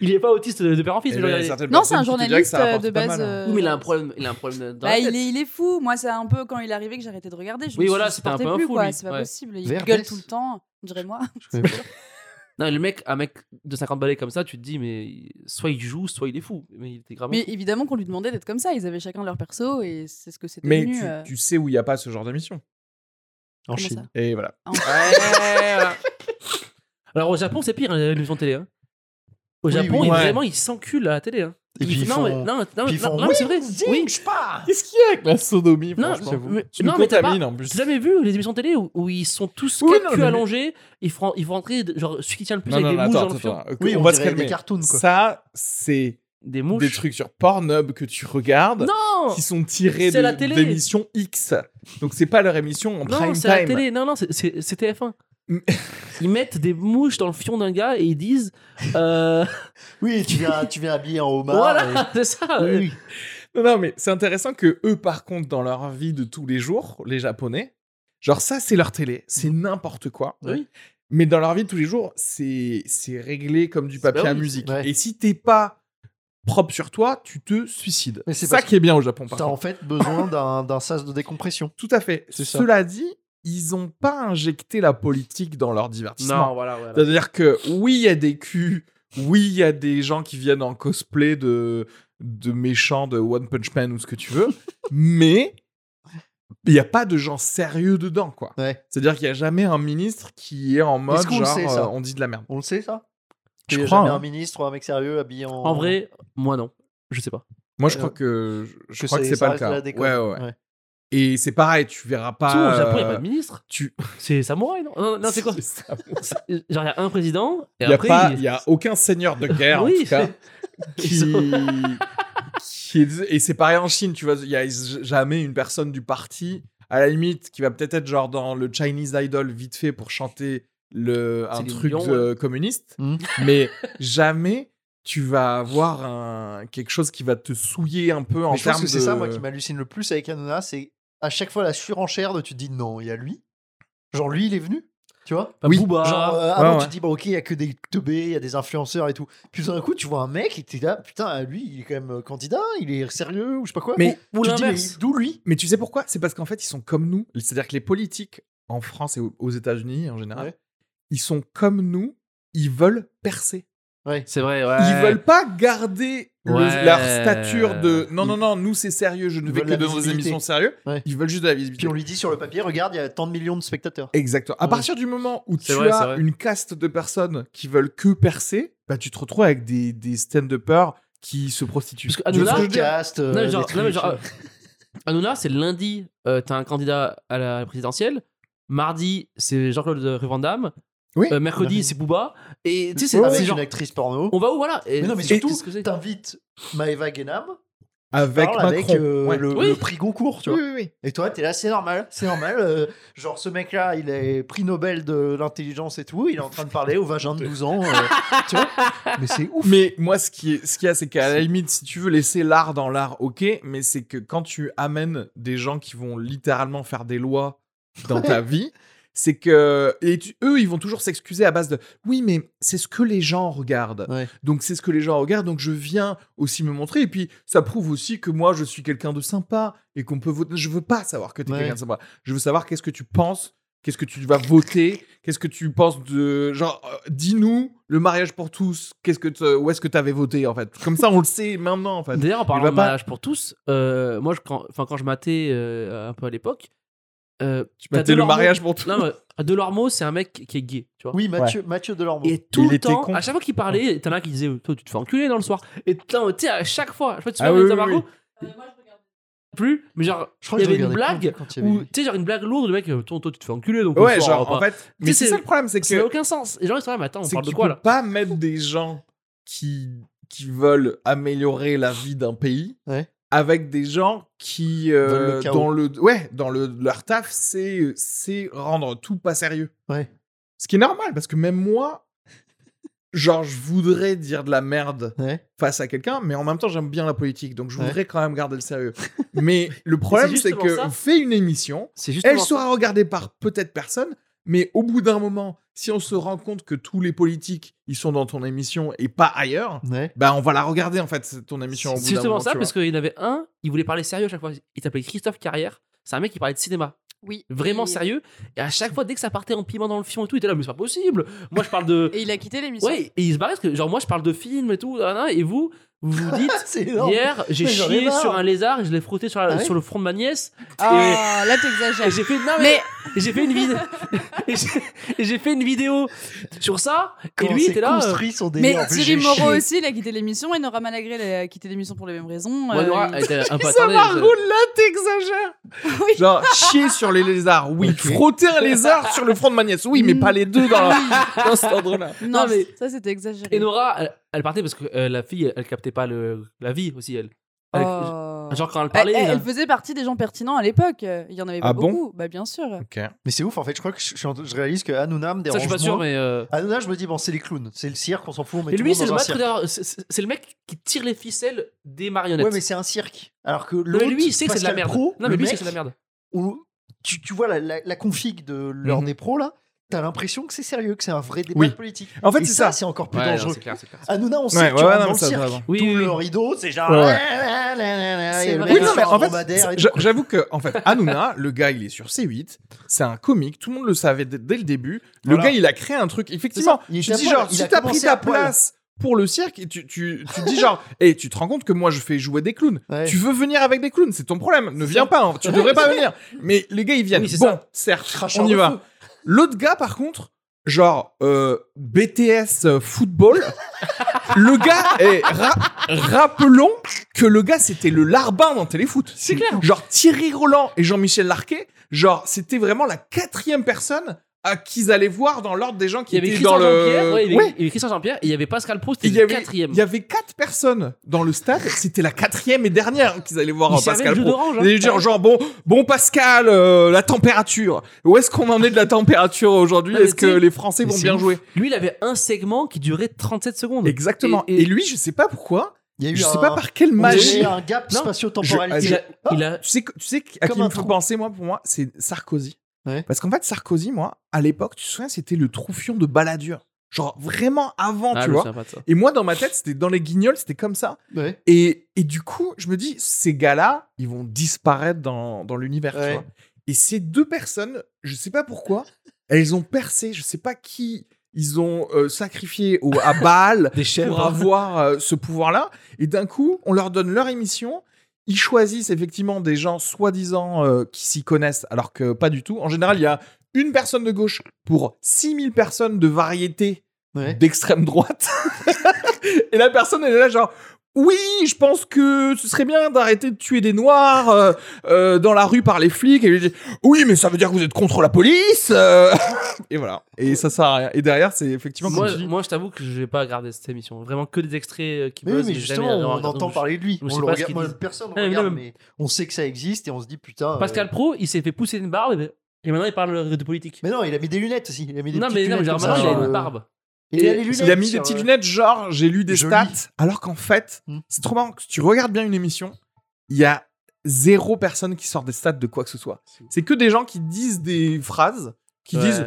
S2: il est pas autiste de père en fils.
S1: Et
S2: mais
S1: il y a
S2: genre, il est-
S1: Eh ben, certaines
S4: Non, c'est un
S1: personnes qui te diraient que
S4: journaliste
S1: ça
S4: euh,
S1: rapporte
S4: de
S1: pas
S4: base.
S1: mal, hein.
S4: euh,
S2: Oui, mais il a un problème. Il a un problème dans
S4: Bah,
S2: la tête.
S4: il, est, il est fou. Moi, c'est un peu quand il est arrivé que j'ai arrêté de regarder. Je
S2: Oui,
S4: me
S2: voilà,
S4: suis
S2: c'était un peu
S4: supportée
S2: un
S4: plus,
S2: fou,
S4: quoi.
S2: lui.
S4: C'est pas
S2: Ouais.
S4: possible. Il
S3: Verdes.
S4: gueule tout le temps. on dirait moi.
S5: Je connais pas.
S2: Non, le mec, un mec de 50 balais comme ça, tu te dis, mais il- soit il joue, soit il est fou. Mais il était gravement.
S4: Mais évidemment qu'on lui demandait d'être comme ça. Ils avaient chacun leur perso et c'est ce que c'était
S1: Mais
S4: devenu.
S1: tu,
S4: euh,
S1: tu sais où il n'y a pas ce genre de mission.
S3: En
S4: comment
S3: Chine.
S4: ça
S1: Et voilà.
S4: Ah,
S2: Alors au Japon, c'est pire, hein, l'émission de télé. hein. Au
S3: Oui,
S2: Japon,
S3: oui,
S2: il-
S3: ouais.
S2: vraiment, ils s'enculent à la télé. hein.
S3: Et puis ils
S2: non,
S3: font-
S2: mais, non, non,
S3: puis ils
S2: non,
S3: font,
S2: non, mais c'est vrai. Oui.
S3: je pars
S1: Qu'est-ce qu'il y a avec la sodomie,
S2: Non,
S1: franchement
S2: mais-
S1: Tu
S2: non,
S1: nous
S2: mais t'as pas-
S1: contamines en plus.
S2: T'as jamais vu les émissions de télé où, où ils sont tous
S1: Oui,
S2: que-
S1: non,
S2: que
S1: mais-
S2: allongés, ils font, ils font entrer genre celui qui tient le plus
S1: Non,
S2: avec
S1: non,
S2: des
S1: non,
S2: mouches
S1: attends,
S2: dans le
S1: attends,
S2: fion,
S1: attends.
S3: Oui,
S1: on,
S3: on,
S1: va se
S3: dirait des
S1: calmer.
S3: cartoons, quoi.
S1: Ça, c'est
S2: des mouches.
S1: des trucs sur Pornhub que tu regardes
S2: Non,
S1: qui sont tirés
S2: Oh. C'est la
S1: de-
S2: télé.
S1: d'émissions X. Donc c'est pas leur émission en
S2: non,
S1: prime
S2: c'est la
S1: time.
S2: télé. Non, non, c'est- c'est c'est TF1.
S1: Mm.
S2: Ils mettent des mouches dans le fion d'un gars et ils disent. euh,
S3: Oui, tu viens, tu viens habillé en homard.
S2: voilà, c'est ça.
S3: et- euh, Oui, oui.
S1: Non, non, mais c'est intéressant que eux, par contre, dans leur vie de tous les jours, les Japonais, genre ça, c'est leur télé, c'est n'importe quoi.
S2: Oui.
S1: Mais dans leur vie de tous les jours, c'est c'est réglé comme du papier
S2: Bah
S1: à
S2: oui,
S1: musique.
S3: ouais.
S1: Et si t'es pas propre sur toi, tu te suicides.
S3: Mais
S1: C'est
S3: c'est
S1: ça
S3: parce
S1: qui est bien au Japon, par
S3: T'as en
S1: contre.
S3: fait besoin d'un d'un sas de décompression.
S1: Tout à fait.
S3: C'est ça.
S1: Cela dit, ils ont pas injecté la politique dans leur divertissement.
S2: Non, voilà, voilà.
S1: C'est-à-dire que oui, il y a des culs, oui, il y a des gens qui viennent en cosplay de, de méchants de One Punch Man ou ce que tu veux, mais il n'y a pas de gens sérieux dedans, quoi.
S3: Ouais.
S1: C'est-à-dire qu'il n'y a jamais un ministre qui est en mode
S3: Est-ce qu'on le
S1: genre
S3: sait, ça
S1: euh, on dit de la merde.
S3: On le sait, ça
S1: Je
S3: Qu'il y a
S1: crois,
S3: jamais
S1: hein.
S3: un ministre ou un mec sérieux habillé en.
S2: En vrai, moi non. Je sais pas.
S1: Moi, je
S3: Euh,
S1: crois que je, je
S3: que
S1: crois que
S3: c'est-
S1: c'est pas
S3: ça
S1: le
S3: reste
S1: cas.
S3: de la
S1: Ouais,
S3: déconne.
S1: ouais, ouais.
S3: Ouais.
S1: Et c'est pareil, tu verras pas.
S2: Tout, au Japon, il n'y a
S1: euh,
S2: pas de ministre.
S1: tu...
S2: C'est samouraï, non Non, non, c'est quoi Genre, il y a un président. et
S1: Il n'y a,
S2: après,
S1: pas-
S2: il-
S1: y a aucun seigneur de guerre, en
S2: Oui.
S1: tout cas,
S2: Ils
S1: qui... qui est- Et c'est pareil en Chine, tu vois, il n'y a jamais une personne du parti, à la limite, qui va peut-être être genre dans le Chinese Idol vite fait pour chanter le... un
S2: Céline
S1: truc
S2: Dion,
S1: euh, communiste,
S3: Hmm.
S1: mais jamais tu vas avoir un... quelque chose qui va te souiller un peu en
S3: Mais je pense
S1: termes
S3: que
S1: de...
S3: c'est ça, moi, qui m'hallucine le plus avec Hanouna, c'est à chaque fois la surenchère de tu te dis non, il y a lui. Genre, lui, il est venu. Tu vois
S2: Bah,
S1: Oui.
S2: Booba.
S3: Genre, euh,
S1: ouais,
S3: avant, tu
S1: ouais.
S3: te dis, bah, ok, il y a que des teubés, il y a des influenceurs et tout. Puis tout d'un coup, tu vois un mec et t'es là, putain, lui, il est quand même euh, candidat, il est sérieux ou je sais pas quoi.
S1: Mais-
S2: ou
S3: Ou- tu te dis, mais
S2: l'inverse.
S3: d'où lui
S1: Mais tu sais pourquoi C'est parce qu'en fait, ils sont comme nous. C'est-à-dire que les politiques en France et au- aux États-Unis en général,
S3: Ouais.
S1: ils sont comme nous. Ils veulent percer.
S2: C'est vrai, ouais.
S1: Ils veulent pas garder le-
S2: Ouais.
S1: leur stature de non, non,
S3: Ils-
S1: non, nous c'est sérieux, je ne
S3: Ils
S1: vais
S3: veulent
S1: que
S3: la
S1: dans des
S3: visibilité.
S1: émissions sérieuses.
S3: Ouais.
S1: Ils veulent juste de la
S3: Puis
S1: visibilité.
S3: on lui dit sur le papier, regarde, il y a tant de millions de spectateurs.
S1: Exactement. À
S3: Ouais.
S1: partir du moment où tu
S2: C'est vrai, c'est
S1: as
S2: vrai.
S1: une caste de personnes qui veulent que percer, bah, tu te retrouves avec des, des stand-uppers qui se prostituent.
S2: Parce que
S1: Tu
S2: Hanouna-
S1: vois ce que je veux dire
S3: Podcast, euh,
S2: Non, mais genre,
S3: des
S2: non, mais
S3: trucs,
S2: genre,
S3: euh,
S2: euh, Hanouna, c'est le lundi, euh, t'as un candidat à la présidentielle. Mardi, c'est Jean-Claude Van Damme.
S1: Oui.
S2: Euh, mercredi, c'est Booba. Et tu sais, c'est-
S1: Ouais,
S2: c'est
S3: avec
S2: genre.
S3: une actrice porno.
S2: On va où, voilà et,
S3: Mais non, mais
S2: et
S3: surtout,
S2: qu'est-ce que c'est
S3: T'invites Maeva Guénam,
S1: Avec
S3: parle
S1: Macron.
S3: avec euh,
S1: Ouais.
S3: le,
S2: Oui.
S3: le prix Goncourt, tu
S1: Oui,
S3: vois.
S1: oui, oui.
S3: Et toi, t'es là, c'est normal, c'est normal. euh, genre, ce mec-là, il est prix Nobel de l'intelligence et tout, il est en train de parler au vagin de 12 ans. euh, tu vois Mais c'est ouf.
S1: Mais moi, ce qui est, ce qu'il y a, c'est qu'à la limite, si tu veux laisser l'art dans l'art, ok, mais c'est que quand tu amènes des gens qui vont littéralement faire des lois dans ta vie, c'est que et tu- eux, ils vont toujours s'excuser à base de oui, mais c'est ce que les gens regardent.
S3: Ouais.
S1: Donc c'est ce que les gens regardent. Donc je viens aussi me montrer. Et puis ça prouve aussi que moi, je suis quelqu'un de sympa et qu'on peut voter. Je veux pas savoir que tu es
S3: Ouais.
S1: quelqu'un de sympa. Je veux savoir qu'est-ce que tu penses Qu'est-ce que tu vas voter Qu'est-ce que tu penses de genre euh, dis-nous le mariage pour tous Qu'est-ce que te- où est-ce que tu avais voté en fait Comme ça on le sait maintenant en fait.
S2: D'ailleurs, en
S1: Il
S2: parlant
S1: va
S2: de
S1: pas-
S2: mariage pour tous, euh, moi, je, quand, enfin, quand je matais euh, un peu à l'époque, euh,
S1: Tu
S2: t'as
S1: mettais le
S2: Delormeau-
S1: mariage pour tous.
S2: Non, mais Delormeau, c'est un mec qui est gay, tu vois.
S3: Oui, Mathieu, Mathieu Delormeau.
S2: Et tout
S1: Il
S2: le
S1: était
S2: temps,
S1: contre.
S2: à chaque fois qu'il parlait, t'en as un qui disait Toi, tu te fais enculer dans le soir. Et t'en- tu sais, à chaque fois, je sais pas si tu
S1: Ah
S2: te
S1: oui,
S2: souviens de
S1: oui,
S2: Margot, plus, mais genre,
S3: Je crois
S2: il y
S3: que j'ai
S2: avait une
S3: regardé
S2: blague
S3: quand il y avait
S2: où,
S3: eu-
S2: tu sais, genre une blague lourde, le mec, euh, toi, toi, tu te fais enculer, donc on
S1: Ouais,
S2: se
S1: genre
S2: fera
S1: en
S2: pas.
S1: fait, mais
S2: Tu sais,
S1: c'est
S2: c'est-
S1: ça le problème, c'est
S2: Ça n'a
S1: que
S2: aucun sens. Et genre, ils sont là, mais attends, on
S1: c'est
S2: parle
S1: que
S2: de
S1: tu
S2: quoi
S1: peux
S2: là
S1: pas mettre des gens qui qui veulent améliorer la vie d'un pays
S3: Ouais.
S1: avec des gens qui euh,
S3: Veulent le chaos.
S1: dans le ouais, dans le leur taf, c'est c'est rendre tout pas sérieux.
S3: Ouais.
S1: Ce qui est normal parce que même moi genre je voudrais dire de la merde
S3: Ouais.
S1: face à quelqu'un, mais en même temps, j'aime bien la politique, donc je
S3: Ouais.
S1: voudrais quand même garder le sérieux. mais le problème, c'est
S2: justement
S1: que
S2: ça.
S1: fait une émission,
S2: C'est juste.
S1: elle sera regardée par peut-être personne, mais au bout d'un moment, si on se rend compte que tous les politiques, ils sont dans ton émission et pas ailleurs,
S3: Ouais.
S1: bah on va la regarder en fait, ton émission. au bout
S2: C'est
S1: d'un
S2: justement
S1: moment,
S2: ça,
S1: tu
S2: parce qu'il y en avait un, il voulait parler sérieux à chaque fois. Il s'appelait Christophe Carrière. C'est un mec qui parlait de cinéma.
S4: Oui.
S2: Vraiment
S4: Et- euh,
S2: sérieux. Et à chaque fois, dès que ça partait en piment dans le fion et tout, il était là, mais c'est pas possible. Moi, je parle de.
S4: Et il a quitté l'émission.
S2: Ouais, et il se barrait parce que, genre, moi, je parle de films et tout, nanana, et vous, vous vous dites.
S3: C'est énorme.
S2: Hier, j'ai
S3: Mais j'en ai
S2: chié
S3: marre.
S2: sur un lézard et je l'ai frotté sur, la-
S3: Ah ouais
S2: sur le front de ma nièce.
S4: Ah, là,
S2: Et
S4: t'exagères.
S2: j'ai fait, non, mais-
S4: Mais
S2: et j'ai fait une vidéo. et j'ai- et j'ai fait une vidéo sur ça.
S3: Comment
S2: et lui, il
S3: c'est
S2: était là. euh,
S3: construit son
S4: Mais
S3: délire. En plus,
S4: Thierry
S3: j'ai
S4: Moreau
S3: chié.
S4: aussi, il a quitté l'émission et Nora Malagré, elle a quitté l'émission pour les mêmes raisons.
S2: ouais,
S4: Euh,
S2: Nora, elle
S4: il-
S2: était un peu
S1: Ça
S2: attardée,
S1: va,
S2: je-
S1: roule là, t'exagères Genre, chier sur les lézards, oui.
S3: Ok.
S1: Frotter un lézard sur le front de ma nièce, oui, mais
S2: Mm.
S1: pas les deux dans, la- dans cet ordre-là.
S4: Non,
S2: Non, mais-
S4: ça, c'était exagéré.
S2: Et Nora, elle, elle partait parce que euh, la fille, elle captait pas le, la vie aussi, elle. Elle-
S4: Oh.
S2: Genre quand elle
S4: Elle,
S2: parlait.
S4: elle-
S2: là.
S4: elle faisait partie des gens pertinents à l'époque. Il y en avait pas
S1: Ah bon
S4: beaucoup. bah bien sûr.
S1: Ok.
S3: Mais c'est ouf, en fait. Je crois que je, je suis en- je réalise que Hanouna me
S2: Ça,
S3: dérange.
S2: je suis pas sûr,
S3: moins.
S2: mais. euh,
S3: Hanouna, je me dis, bon, c'est les clowns. C'est le cirque, on s'en fout. Mais
S2: Mais lui, c'est le maître derrière- c'est- C'est c'est le mec qui tire les ficelles des marionnettes.
S3: Ouais, mais c'est un cirque. Alors que
S2: Non, mais
S3: l'autre,
S2: lui, il sait que c'est de la
S3: Pascal
S2: merde.
S3: Pro,
S2: non,
S3: le
S2: mais lui, il
S3: mec,
S2: sait que c'est de la merde.
S3: où tu, tu vois la, la- la config de l'heure
S1: Mhm.
S3: des pros là, t'as l'impression que c'est sérieux, que c'est un vrai débat
S1: Oui.
S3: de politique.
S1: En fait,
S3: Et
S1: c'est ça.
S3: c'est encore plus
S2: Ouais, non,
S3: dangereux.
S2: c'est clair, c'est clair.
S3: Hanouna, on sait
S1: Ouais,
S3: que
S1: ouais,
S3: tu
S1: ouais,
S3: rentres
S1: non,
S3: dans
S1: mais
S3: le
S1: ça,
S3: cirque.
S1: vraiment.
S2: Oui,
S3: Tout
S2: oui,
S3: le
S2: oui.
S3: rideau, c'est genre.
S1: Ouais, ouais.
S4: C'est vrai.
S1: Oui, non, mais
S4: Sur
S1: en fait, j'a- j'avoue que, en fait, Hanouna, le gars, il est sur C8, c'est un comique, tout le monde le savait dès, dès le début. Le
S3: Voilà.
S1: gars, il a créé un truc. Effectivement,
S3: Il
S1: tu
S3: était à
S1: dis
S3: poil,
S1: genre,
S3: il
S1: si
S3: a
S1: t'as pris
S3: commencé
S1: ta
S3: à poil.
S1: place pour le cirque, et tu, tu, tu dis genre, et tu te rends compte que moi, je fais jouer des clowns. Tu veux venir avec des clowns, c'est ton problème. Ne viens pas, hein. tu devrais pas venir. Mais les gars, ils viennent.
S2: Oui, c'est
S1: bon,
S2: ça.
S1: certes, on y va. L'autre gars, par contre, genre euh, BTS euh, football, le gars est. ra- rappelons que le gars, c'était le larbin dans Téléfoot.
S2: C'est clair.
S1: Genre Thierry Roland et Jean-Michel Larquet, genre c'était vraiment la quatrième personne à qui ils allaient voir dans l'ordre des gens
S2: Il y
S1: qui
S2: avait
S1: étaient dans
S2: Christian Jean-Pierre,
S1: le.
S2: ouais, il y avait-
S1: Ouais.
S2: il y avait Christian Jean-Pierre et il y avait Pascal Proust,
S1: Il
S2: c'était
S1: y,
S2: le
S1: avait,
S2: quatrième.
S1: il y avait quatre personnes dans le stade, c'était la quatrième et dernière qu'ils allaient voir
S2: Il
S1: euh,
S2: servait
S1: Pascal
S2: le jeu
S1: Pro.
S2: d'orange, hein.
S1: Et dire genre bon bon Pascal euh, la température où est-ce qu'on en est de la température aujourd'hui
S2: Non, mais
S1: est-ce que
S2: tu sais,
S1: les Français vont
S3: c'est
S1: bien
S3: ouf.
S1: jouer
S2: Lui, il avait un segment qui durait 37 secondes.
S1: exactement et, euh,
S2: Et- et-
S1: lui je sais pas pourquoi
S3: Il y a eu
S1: je sais
S3: un-
S1: pas par quelle
S3: on dirait
S1: magie
S3: un gap
S2: Non,
S3: spatio-temporel.
S1: je-
S2: Il a- il a-
S1: tu sais que- tu sais à
S3: Comme
S1: qui il
S3: un
S1: me faut
S3: trou.
S1: penser moi pour moi c'est Sarkozy
S3: Ouais.
S1: parce qu'en fait Sarkozy moi à l'époque tu te souviens c'était le troufion de Balladur genre vraiment avant
S2: Ah,
S1: tu
S2: je
S1: vois
S2: savais pas de ça.
S1: et moi dans ma tête c'était dans les guignols c'était comme ça
S3: Ouais.
S1: Et, et du coup, je me dis, ces gars-là, ils vont disparaître dans, dans l'univers. tu
S3: Ouais.
S1: vois. Et ces deux personnes, je sais pas pourquoi, elles ont percé. Je sais pas qui ils ont euh, sacrifié au, à Baal
S2: Des
S1: pour
S2: chèvres.
S1: avoir euh, ce pouvoir-là. Et d'un coup, on leur donne leur émission. Ils choisissent effectivement des gens soi-disant euh, qui s'y connaissent, alors que pas du tout. En général, il y a une personne de gauche pour 6000 personnes de variété
S3: Ouais.
S1: d'extrême droite. et la personne, elle est là genre... Oui, je pense que ce serait bien d'arrêter de tuer des noirs euh, euh, dans la rue par les flics. Et lui dit, oui, mais ça veut dire que vous êtes contre la police. euh. et voilà. Et ça sert à rien. Et derrière, c'est effectivement comme
S2: Moi,
S1: tu dis.
S2: moi, je t'avoue que je vais pas regarder cette émission. Vraiment que des extraits euh, qui
S3: Mais oui,
S2: buzzent.
S3: mais
S2: j'ai
S3: justement,
S2: jamais-
S3: on
S2: regardé.
S3: entend parler de lui.
S2: on
S3: On
S2: sait
S3: le
S2: pas ce
S3: regarde,
S2: qu'ils
S3: moi,
S2: disent.
S3: personne ne
S2: Ah, mais
S3: regarde,
S2: non,
S3: mais on sait que ça existe et on se dit putain. euh,
S2: Pascal Pro, il s'est fait pousser une barbe et- et maintenant il parle de politique.
S3: Mais non, il a mis des lunettes aussi. Il a mis des
S2: non, mais,
S3: petites
S2: non, mais
S3: lunettes.
S2: genre,
S3: comme ça,
S2: maintenant il
S3: genre,
S2: a
S3: euh,
S2: une barbe.
S3: Il a, les
S1: Il
S3: lunettes
S1: a mis des
S3: sur,
S1: petites
S3: euh,
S1: lunettes, genre j'ai lu des
S3: Joli.
S1: stats, alors qu'en fait,
S3: Hmm.
S1: c'est trop marrant. que Si tu regardes bien une émission, il y a zéro personne qui sort des stats de quoi que ce soit. C'est que des gens qui disent des phrases, qui
S2: Ouais.
S1: disent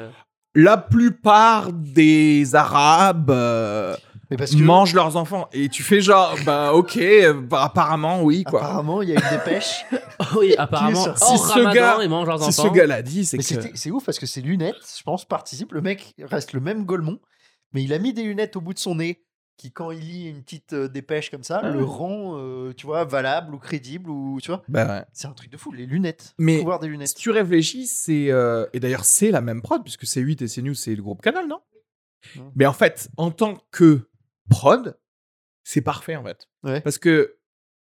S1: la plupart des Arabes euh,
S3: Mais parce que
S1: mangent leurs enfants. Et tu fais genre, bah ok, euh, bah, apparemment oui, quoi.
S3: apparemment, il y a une dépêche.
S2: Oui, apparemment.
S3: sorti
S2: en
S1: ce
S2: ramadan,
S1: gars-
S2: ils mangent leurs
S1: Si
S2: enfants.
S1: ce gars l'a dit, c'est
S3: mais
S1: que.
S3: c'était- c'est ouf parce que ses lunettes, je pense, participent. Le mec reste le même Golemont, mais il a mis des lunettes au bout de son nez qui, quand il lit une petite euh, dépêche comme ça,
S1: Ah
S3: le
S1: ouais.
S3: rend, euh, tu vois, valable ou crédible ou tu vois.
S1: Bah, ouais.
S3: C'est un truc de fou, les lunettes.
S1: Mais-
S3: Le pouvoir des
S1: Si
S3: lunettes.
S1: tu réfléchis, c'est. euh, Et d'ailleurs, c'est la même prod, puisque C8 et CNews, c'est le groupe Canal, non
S3: Non.
S1: Mais en fait, en tant que prod, c'est parfait, en fait.
S3: Ouais.
S1: Parce que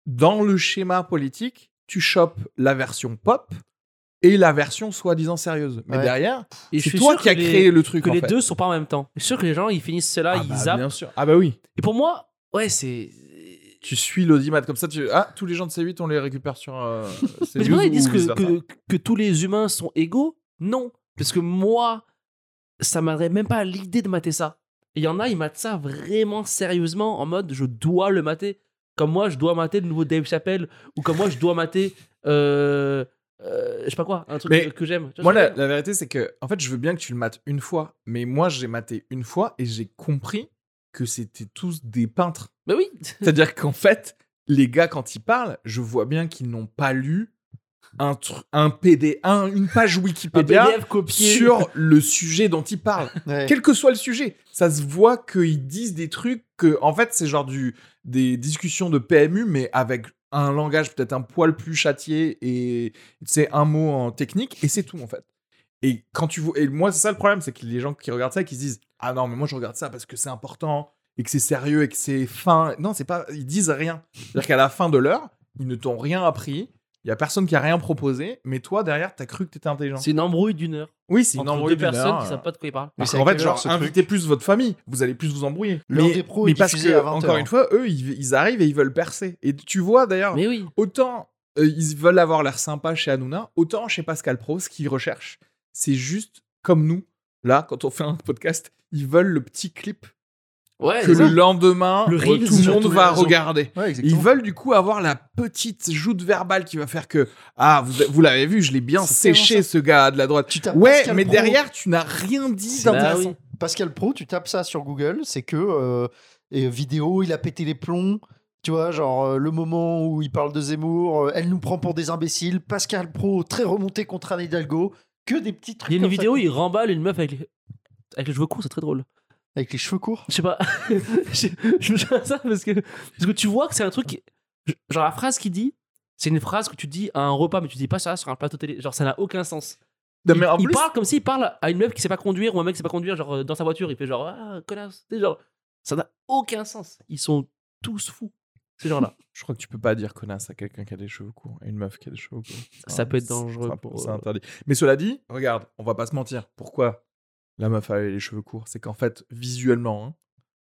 S1: dans le schéma politique, tu chopes la version pop et la version soi-disant sérieuse. Mais
S3: Ouais.
S1: derrière,
S2: Et je
S1: c'est
S2: suis
S1: toi
S2: sûr
S1: qui as
S2: que les-
S1: créé le truc,
S2: Que
S1: en
S2: les
S1: fait.
S2: deux sont pas en même temps. Je suis sûr que les gens, ils finissent cela,
S1: ah,
S2: ils
S1: bah,
S2: zappent.
S1: bien sûr. Ah bah oui.
S2: Et pour moi, ouais, c'est.
S1: Tu suis l'audimat comme ça. Tu... Ah, tous les gens de C8, on les récupère sur euh, CNews.
S2: Mais c'est pour ça qu'ils
S1: ou
S2: disent que,
S1: vice-versa.
S2: que, que tous les humains sont égaux. Non. Parce que moi, ça m'aiderait même pas à l'idée de mater ça. Et il y en a, ils matent ça vraiment sérieusement, en mode je dois le mater. Comme moi, je dois mater le nouveau Dave Chappelle, ou comme moi, je dois mater. euh, euh, je sais pas quoi, un truc
S1: Mais
S2: que- que j'aime. Tu vois
S1: Moi,
S2: ce que je
S1: la, la
S2: veux
S1: vérité, c'est que, en fait, je veux bien que tu le mates une fois, mais moi, j'ai maté une fois et j'ai compris que c'était tous des peintres.
S2: dire Bah oui.
S1: C'est-à-dire qu'en fait, les gars, quand ils parlent, je vois bien qu'ils n'ont pas lu un, tru- un PD, un- une page
S2: Un
S1: Wikipédia
S2: PDF copié.
S1: sur le sujet dont il parle.
S3: Ouais.
S1: Quel que soit le sujet, ça se voit qu'ils disent des trucs que, en fait, c'est genre du, des discussions de PMU, mais avec un langage peut-être un poil plus châtié et c'est un mot en technique et c'est tout en fait. Et quand tu vois, et moi, c'est ça le problème, c'est que les gens qui regardent ça, qui se disent Ah non, mais moi je regarde ça parce que c'est important et que c'est sérieux et que c'est fin. Non, c'est pas, ils disent rien. C'est-à-dire qu'à la fin de l'heure, ils ne t'ont rien appris. Il y a personne qui a rien proposé, mais toi derrière, t'as cru que t'étais intelligent.
S2: C'est une embrouille d'une heure.
S1: Oui, c'est une
S2: entre
S1: embrouille
S2: deux
S1: d'une
S2: personnes
S1: heure,
S2: qui
S1: euh.
S2: savent pas de quoi ils parlent.
S3: Mais
S1: Parce
S3: c'est à
S1: qu'en fait,
S3: quelle
S1: genre,
S3: heure, ce truc
S1: invitez plus votre famille, vous allez plus vous embrouiller.
S3: L'heure
S1: mais
S3: des pros
S1: mais
S3: est
S1: parce
S3: diffusée
S1: que,
S3: à 20
S1: encore
S3: heures.
S1: une fois, eux, ils, ils arrivent et ils veulent percer. Et tu vois d'ailleurs,
S2: Mais oui.
S1: autant euh, ils veulent avoir l'air sympa chez Hanouna, autant chez Pascal Pro, ce qu'ils recherchent, c'est juste comme nous. Là, quand on fait un podcast, ils veulent le petit clip
S2: Ouais,
S1: que
S2: c'est
S1: le
S2: ça.
S1: lendemain,
S2: Le
S1: euh,
S2: Reels
S1: tout le
S2: sur
S1: monde
S2: tous les
S1: va
S2: réseaux.
S1: regarder. Et Ils
S3: Ouais, exactement.
S1: veulent du coup avoir la petite joute verbale qui va faire que ah vous, vous l'avez vu je l'ai bien
S3: C'est
S1: séché
S3: vraiment
S1: ce gars de la droite.
S3: Tu tapes
S1: Ouais
S3: Pascal
S1: mais
S3: Pro.
S1: derrière tu n'as rien dit
S3: C'est
S2: Bah
S1: d'intéressant.
S2: oui.
S3: Pascal Pro, tu tapes ça sur Google, c'est que euh, et vidéo, il a pété les plombs. Tu vois, genre euh, le moment où il parle de Zemmour, euh, elle nous prend pour des imbéciles. Pascal Pro, très remonté contre Anne Hidalgo. Que des petits trucs.
S2: Il y a une
S3: comme ça.
S2: vidéo, il remballe une meuf avec les, avec les cheveux courts, c'est très drôle.
S3: Avec les cheveux courts.
S2: Je sais pas. je je me souviens de ça parce que, parce que tu vois que c'est un truc. qui- Genre la phrase qu'il dit, c'est une phrase que tu dis à un repas, mais tu dis pas ça sur un plateau télé. Genre ça n'a aucun sens.
S1: Non, mais
S2: il,
S1: en
S2: il
S1: plus-
S2: parle comme s'il parle à une meuf qui sait pas conduire ou un mec qui sait pas conduire, genre euh, dans sa voiture, il fait genre ah connasse. Tu sais, genre, ça n'a aucun sens. Ils sont tous fous ces gens-là.
S1: Je crois que tu peux pas dire connasse à quelqu'un qui a des cheveux courts, à une meuf qui a des cheveux courts.
S2: Ça
S1: un-
S2: peut être
S1: c'est-
S2: dangereux
S1: c'est un-
S2: pour,
S1: C'est
S2: euh,
S1: interdit. Mais cela dit, regarde, on va pas se mentir. Pourquoi la meuf a les cheveux courts C'est qu'en fait, visuellement, hein,